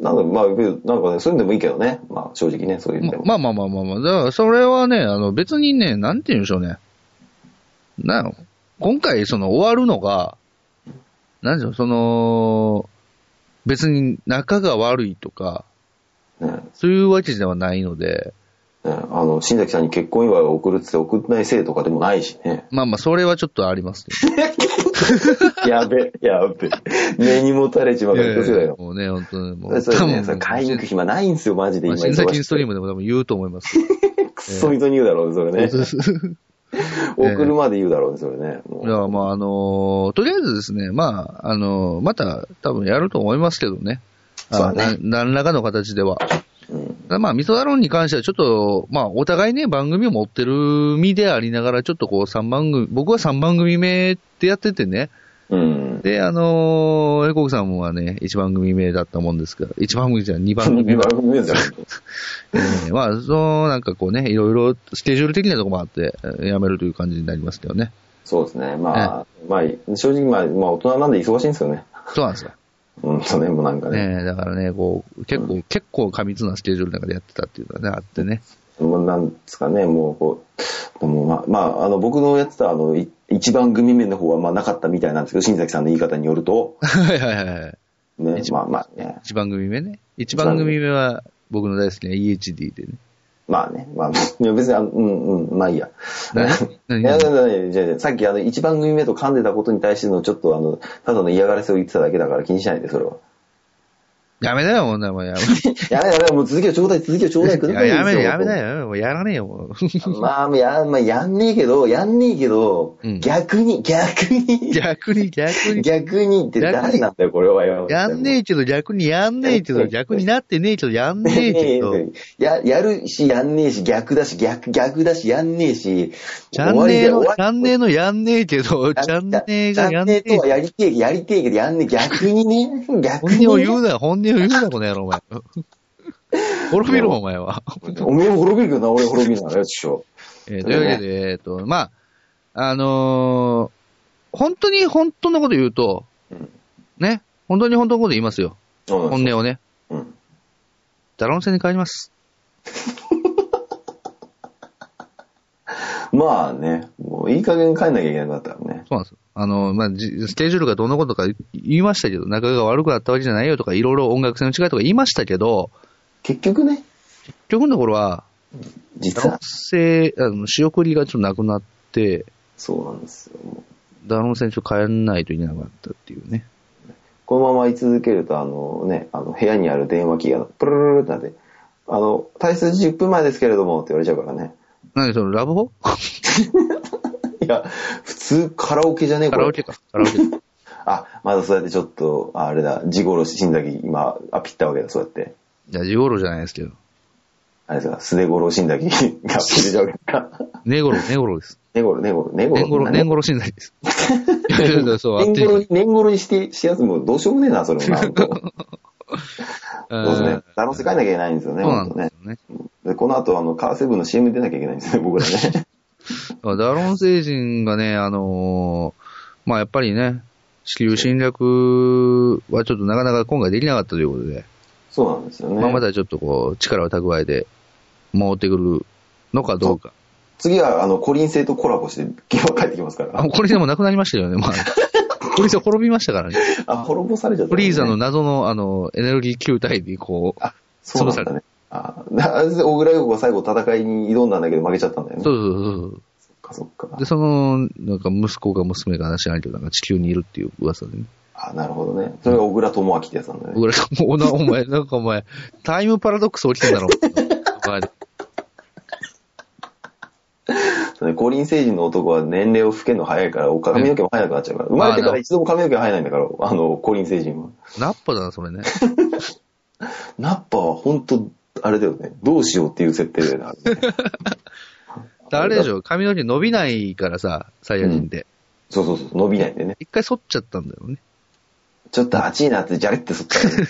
なんだ、まあ、なんかね、そういうのでもいいけどね。まあ、正直ね、そういうのでも。まあまあまあまあまあ、だからそれはね、あの別にね、なんて言うんでしょうね。なの今回その終わるのが、なんでしょう、その、別に仲が悪いとか、ねそういうわけではないので、ねあの、新崎さんに結婚祝いを送るっつって送ってないせいとかでもないし ね。まあまあ、それはちょっとありますけど。やべ、やべ。目にもたれちまうから気をつけろよ。もうね、本当にもそうう、ですね、それ買いに行く新暇ないんですよ、マジで今。忙し崎くストてリームでも多分言うと思 います。くっそ溝に言うだろうね、それね。送るまで言うだろうね、それね。もいや、まあ、あのーとりあえずですね、まあ、あのーまた、多分やると思いますけどね。そうだねあな何らかの形では。ううんまあ、味噌だろんに関しては、ちょっと、まあ、お互いね、番組を持ってる身でありながら、ちょっとこう、三番組、僕は3番組目ってやっててね、うん。で、あのー、エコークさんはね、1番組目だったもんですから、1番組じゃない2番組目番組ですよ。えーまあ、その、なんかこうね、いろいろスケジュール的なとこもあって、えーやめるという感じになりますけどね。そうですね。まあ、まあ、正直、まあ、まあ、大人なんで忙しいんですよね。そうなんですよ。うん、その辺もなんかね。ねえだからね、こう、結構、結構過密なスケジュールの中でやってたっていうのがね、あってね。 もうなんですかね、もうこう、でもまあ、まあ、あの、僕のやってた、あの、い一番組目の方は、まあ、なかったみたいなんですけど、新崎さんの言い方によると、はいはいはいはい。ね、一まあまあね、一番組目ね。一番組目は僕の大好きな EHD でね。まあね、まあ、いや別に、あうんうん、まあいいや。ない何やいやいやいやいやさっき、あの、一番組目と噛んでたことに対しての、ちょっと、あの、ただの嫌がらせを言ってただけだから気にしないで、それは。やめなよ、もうな、もうややめやめ、もう続きをちょうだい、続きをちょうだい、くめ。だいさやいよやめなよ、やめなもよ、やめなよもうやらねえよ、もう。 うまあ、や、まあ、やんねえけど、やんねえけど、うん逆に、逆に、逆に、逆に。逆にって誰なんだよ、これはよ。やんねえけど、逆にやんねえけど、逆になってねえけど、やんねえけど。や、やるし、やんねえし、逆だし、逆、逆だし、やんねえし、チャンネルの、終チわりだよャンネルのやんねえけど、チャンネルがチャやンんねネえルとけどは。やりてえ、やりてえけど、やんねえ、逆にね、逆本に、音を言うね。な、本音を言うな、この野郎、お前。滅びる、お前は。おめえも滅びるけどな、俺滅びるな、よっしょ。えーというわけで、えっ、と、まあ、あのー本当に本当のこと言うと、うんね、本当に本当のこと言いますよ。本音をね。うん。ダロン戦に帰ります。まあね、もういい加減帰んなきゃいけなくなったからね。そうなんですよ。あのーまあじ、スケジュールがどんなことか言いましたけど、仲が悪くなったわけじゃないよとか、いろいろ音楽性の違いとか言いましたけど、結局ね、結局のところは、ダ実ロンは、戦、あの、仕送りがちょっとなくなって、そうなんですよ。もうダロン戦ちょっと帰んないといけなかったっていうね。このまま居続けると、あのね、あの部屋にある電話機がプルルルってなって、あの、退出10分前ですけれどもって言われちゃうから ね。何その、ラブホ いや、普通カラオケじゃねえカこラオれ。ケか。カラオケ。あ、まだそうやってちょっと、ああれだ、地殺し、死んだき、今、アピったわけだ、そうやって。いや、ジゴロじゃないですけど。あれですか、素手殺し、死んだきがアピってたわけだ。ネゴロ、ネゴロです。ねごろ、ねごろ、ねごネゴろ。ロ、ネゴロ信頼 です。いやいやいやそう、合って年る。頃に、年頃にして、してやつもどうしようもねえな、それも な。そううんですね。可能性変えなきゃいけないんですよね、そうなほんんとでねす。よね。で、この後、あの、カーセブンの CM に出なきゃいけないんですね、僕ら ね。だからダロン星人がね、あのーまあやっぱりね、地球侵略はちょっとなかなか今回できなかったということで、そうなんですよね。まあまだちょっとこう、力を蓄えて回ってくるのかどうか。次は、あの、コリン星とコラボして、今日帰ってきますかあ、ら。これでもなくなりましたよね、まあ。これで滅びましたからね。あ、滅ぼされちゃった、フリーザの、謎の、あの、エネルギー球体にこう、あ、そうなんだね。あ、なあれです小倉優子が最後戦いに挑んだんだけど負けちゃったんだよね。そううそうそうそう。か、そっかで、。その、なんか息子が娘が話しないけど、なんか地球にいるっていう噂でね。あ、なるほどね。それが小倉智明ってやつなんだね。僕らが、もうな、お前、なんかお前、タイムパラドックス起きてんだろ。お前そうねコリン星人の男は年齢を老けるの早いから、お髪の毛も早くなっちゃうから。生まれてから一度も髪の毛生えないんだから、あの、コリン星人は。ナッパだな、それね。ナッパは本当あれだよね。どうしようっていう設定だよね。あれねあれでしょ、髪の毛伸びないからさ、サイヤ人って。そうそうそう、伸びないんでね。一回剃っちゃったんだよね。ちょっと熱いなって、じゃれってそったらね。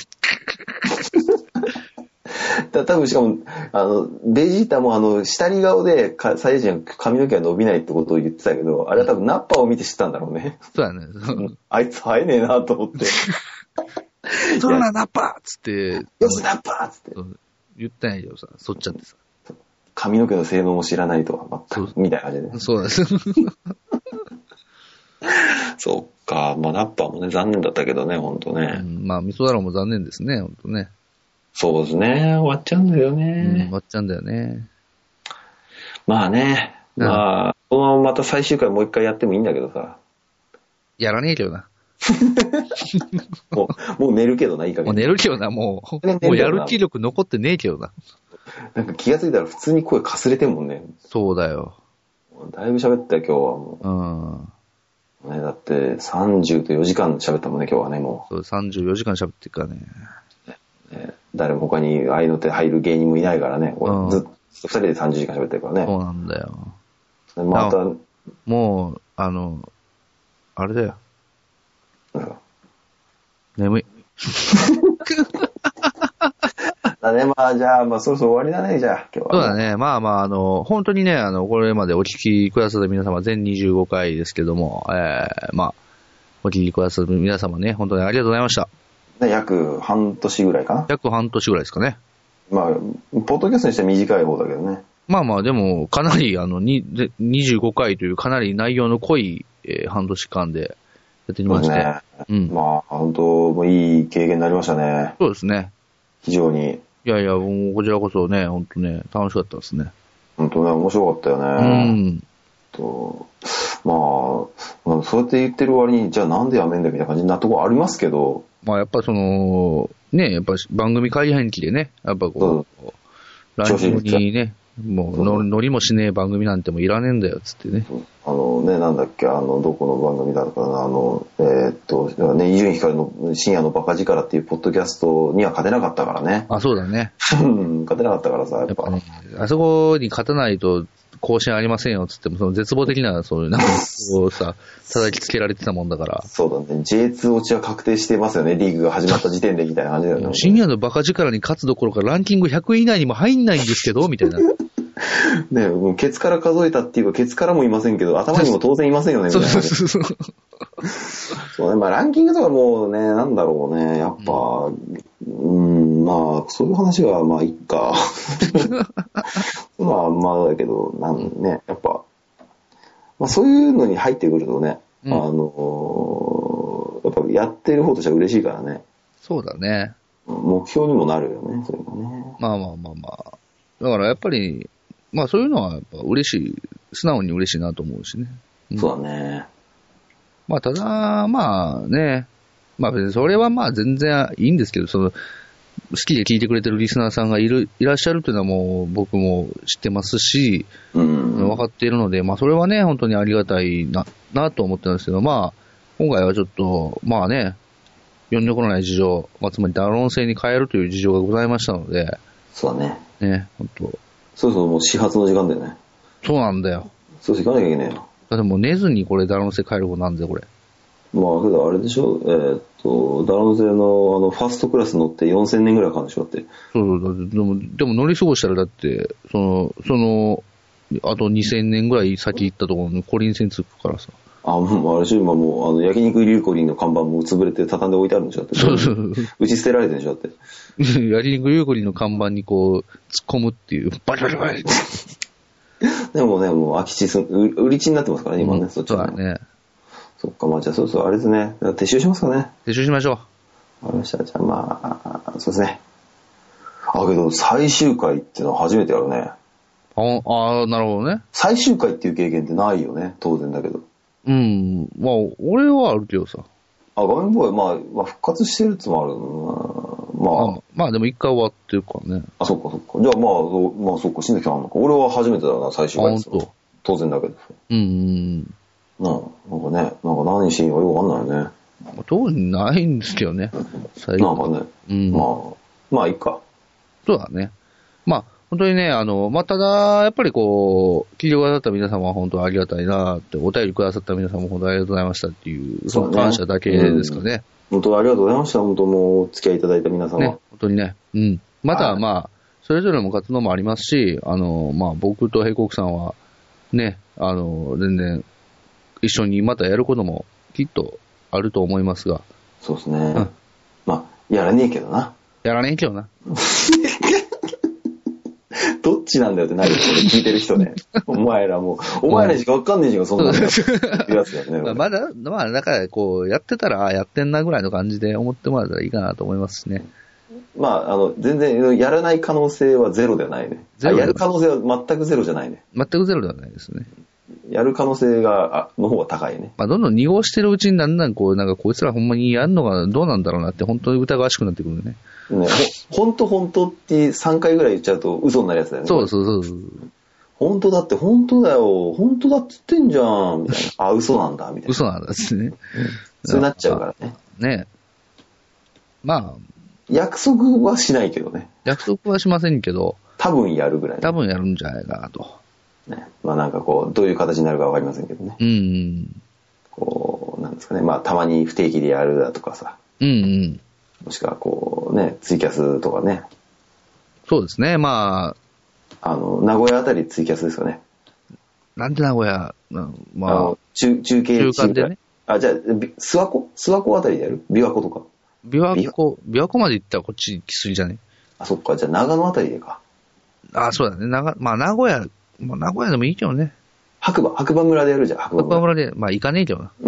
た多分しかも、あの、ベジータもあの、下り顔でか、サイヤ人は髪の毛が伸びないってことを言ってたけど、あれは多分ナッパを見て知ったんだろうね。そうだね。そうあいつ生えねえなと思って。それな、ナッパっつって、よし、ナッパーっつって。言ったんやけどさ、剃っちゃってさ。髪の毛の性能も知らないとは、全く、みたいな感じでね。そうだね。そっか、まあナッパーもね、残念だったけどね、ほんとねうんまあ、味噌だろも残念ですね、ほんとね。そうですね、終わっちゃうんだようねん、終わっちゃうんだよね。まあね、うんまあ、このまままた最終回もう一回やってもいいんだけどさ。やらねえけどな。も う、もう寝るけどな、いい加もう減。寝るけどな、もう。ねもうやる気力残ってねえけどな。なんか気がついたら普通に声かすれてんもんね。そうだよ。だいぶ喋ったよ、今日はもうん。う。ね、だって30と4時間喋ったもんね、今日はね、もそう、34時間喋ってっからね。う。ね誰も他に合いの手入る芸人もいないからね。うん俺ずっと二人で30時間喋ってるからそね。うなんだよ。でまた、あもう、あの、あれだよ。うん眠い。だね、まあじゃあ、まあそろそろ終わりだね、じゃあ、今日は。そうだね。まあまあ、あの、本当にね、あの、これまでお聞きくださった皆様、全25回ですけども、えー、まあ、お聞きくださった皆様ね、本当にありがとうございました。ね約半年ぐらいかな。約半年ぐらいですかね。まあ、ポッドキャストにしては短い方だけどね。まあまあ、でも、かなり、あの、にで25回というかなり内容の濃い、えー半年間でやってきまして。ね。うん。まあ、本当もういい経験になりましたね。そうですね。非常に。いやいや、もうこちらこそね、本当ね、楽しかったですね。本当ね、面白かったようね。ん。と、まあ、まあそうやって言ってる割に、じゃあなんでやめんだみたいな感じになったところありますけど、まあやっぱその、ね、やっぱ番組改変期でね、やっぱこう、ラジオにね、もうの乗りもしねえ番組なんてもういらねえんだよ、つってね。あのね、なんだっけ、あの、どこの番組だったかな、あの、えーっと、だからね、伊集院光の深夜のバカ力っていうポッドキャストには勝てなかったからね。あ、そうだね。うん 勝てなかったからさ、やっやっぱぱ。ね、あそこに勝たないと甲子園ありませんよ、つっても、その絶望的な、そういう、なんか、こうさ、叩きつけられてたもんだから。そうだね、J2 落ちは確定してますよね、リーグが始まった時点でみたいな感じだよ ね。深夜のバカ力に勝つどころかランキング100位以内にも入んないんですけど、みたいな。ね、もうケツから数えたっていうか、ケツからもいませんけど、頭にも当然いませんよね、みた いうそな。そうそうそう。そうね、まあランキングとかもうね、なんだろうね、やっぱ、うん、まあ、そういう話はまあ、いっ か。まあ、まあだけど、なんね、やっぱ、まあそういうのに入ってくるとね、うんあのーやっぱやってる方としては嬉しいからね、そうだね。目標にもなるよね、そういうのね。まあまあまあまあ。だからやっぱり、まあそういうのはやっぱ嬉しい、素直に嬉しいなと思うしね。うんそうだね。まあただ、まあね、まあ別にそれはまあ全然いいんですけど、その、好きで聞いてくれてるリスナーさんがいる、いらっしゃるっていうのはもう僕も知ってますし、うん。分かっているので、まあそれはね、本当にありがたいな、なと思ってたんですけど、まあ、今回はちょっと、まあね、呼んでこない事情、まあつまりダロン製に変えるという事情がございましたので、そうだね。ね、本当そうそう、もう始発の時間だよね。そうなんだよ。そうそう、行かなきゃいけないよ。だってもう寝ずにこれ、ダロン製変える方なんで、これ。まあ、けどあれでしょ、えーっと、ダロン製のあの、ファーストクラス乗って4000年ぐらいかかるんでしょ、だって。そうそうだってでも、でも乗り過ごしたらだって、その、その、あと2000年ぐらい先行ったところにコリン線つくからさ。あ、もう、あれでしょ、今もう、あの、焼肉リュウコリンの看板も潰れて畳んで置いてあるんでしょ、だって。 そうそうそう。打ち捨てられてるんでしょ、だって。やりにくゆうこりの看板にこう、突っ込むっていう、バリバリバリって。でもね、もう空き地す、う売り地になってますからね、今ね、そそうっちはだ。ね。そっか、まあじゃあ、そうそう、あれですね。撤収しますかね。撤収しましょう。わかりました。じゃあまあ、そうですね。あ、けど、最終回っていうのは初めてやるね。ああー、なるほどね。最終回っていう経験ってないよね、当然だけど。うん。まあ、俺はあるけどさ。あ、画面ボーイ、まあ、まあ、復活してるっつもあるなまあ、あまあ、でも一回終わってるからね。あ、そっかそっか。じゃあまあ、そうまあそっか、新崎さんあんのか。俺は初めてだな、最終回っつうのあ本当然だけど。うんうんうん。なんかね、なんか何しにはよくわかんないよね。うん。まあ特にないんですけどね。最なん後。かね、うん。まあ、まあいいか。そうだね。まあ、本当にね、あの、まあ、ただ、やっぱりこう、聞いてくださった皆様は本当ありがたいなって、お便りくださった皆様も本当ありがとうございましたっていう、そそうのね感謝だけですかね。本当ありがとうございました。本当もうお付き合いいただいた皆様。ね、本当にね。うん。また、はいまあ、それぞれの活動もありますし、あの、まあ、僕と平国さんは、ね、あの、全然、一緒にまたやることもきっとあると思いますが、そうですね。んまあ、やらねえけどな。やらねえけどな。どっちなんだよってなるよ、これ聞いてる人 ね。お前らもう、お前らしかわかんねえじゃん、そんなの。いうやつだよね。 まあ、まだ、まあ、だから、こう、やってたら、あやってんなぐらいの感じで思ってもらえたらいいかなと思いますしね。まあ、あの、全然、やらない可能性はゼロではないね。ゼロあでやはないる可能性は全くゼロじゃないね。全くゼロではないですね。やる可能性が、あの方が高いね。まあ、どんどん濁してるうちにだんだんこう、なんかこいつらほんまにやんのがどうなんだろうなって、本当に疑わしくなってくるね。ね、ほ本当本当って3回ぐらい言っちゃうと嘘になるやつだよね。そうそうそうそう。本当だって本当だよ。本当だって言ってんじゃん。みたいな。あ、嘘なんだ。みたいな。嘘なんですね。そうなっちゃうからね。ね。まあ、約束はしないけどね。約束はしませんけど、多分やるぐらいね、多分やるんじゃないかなと。ね。まあなんかこう、どういう形になるかわかりませんけどね。うんうん。こう、なんですかね。まあたまに不定期でやるだとかさ。うんうん。もしくはこうね、ツイキャスとかね。そうですね。まあの、名古屋あたりツイキャスですよね。あ、なんで名古屋、うんまああの、、中、中継中間でねあ、じゃあ、び諏訪湖諏訪湖あたりでやる琵琶湖とか。琵琶湖、琵琶湖まで行ったらこっち行き過ぎじゃねあ、そっか。じゃあ長野あたりでか。あ、そうだね。ながまあ、名古屋、まあ、名古屋でもいいけどね。白馬、白馬村でやるじゃん、白馬白馬村。村で、まあ、行かねえけどな。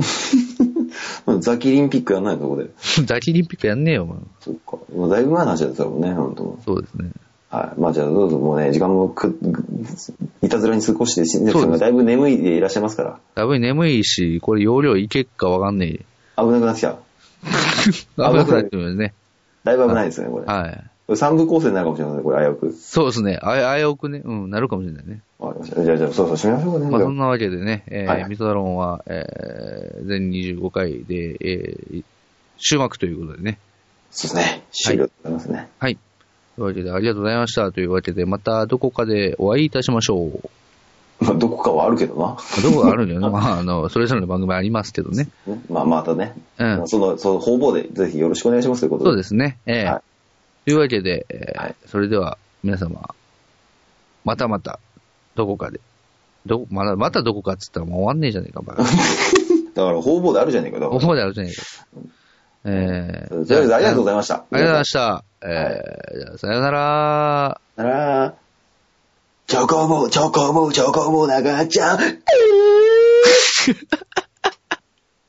うんザキリンピックやんないとこで。 大リンピックやんねえよ、お前そっか。もうだいぶ前の話だったもんね、本当そうですね。はい。まあじゃあどうぞ、もうね、時間もく、いたずらに過ごして、新崎さんそうでがすだいぶ眠いでいらっしゃいますから。だいぶ眠いし、これ容量いけっかわかんねえ。危なくなってきた。 危なくなってるね。だいぶ危ないですね、これ。はい。これ三部構成になるかもしれません、これ、危うく。そうですね。あや、危うくね。うん、なるかもしれないね。わかりました。じゃあ、じゃあ、そうそう、締めましょうかね。まあ、じゃそんなわけでね、えーはいミソダロンは、えー、全25回で、えー、終幕ということでね。そうですね。終了でございますね。はい。というわけで、ありがとうございました。というわけで、またどこかでお会いいたしましょう。まあ、どこかはあるけどな。どこかある んだよね。まあ、あの、それぞれの番組ありますけどね。ねまあ、またね。うんその、その方々で、ぜひよろしくお願いしますということで。そうですね。ええはいというわけで、えーはいそれでは皆様、またまた、どこかで、ど、まだ、またどこかっつったらもう終わんねえじゃねえ か、バカ。だから、方々であるじゃねえか。だからここであるじゃねえか。えとー、りあえず、ありがとうございざいました。ありがとうございました。えー、じゃあ、さよなら。さよなら。チョコボー、チョコボー、チョコボー、中ちゃん。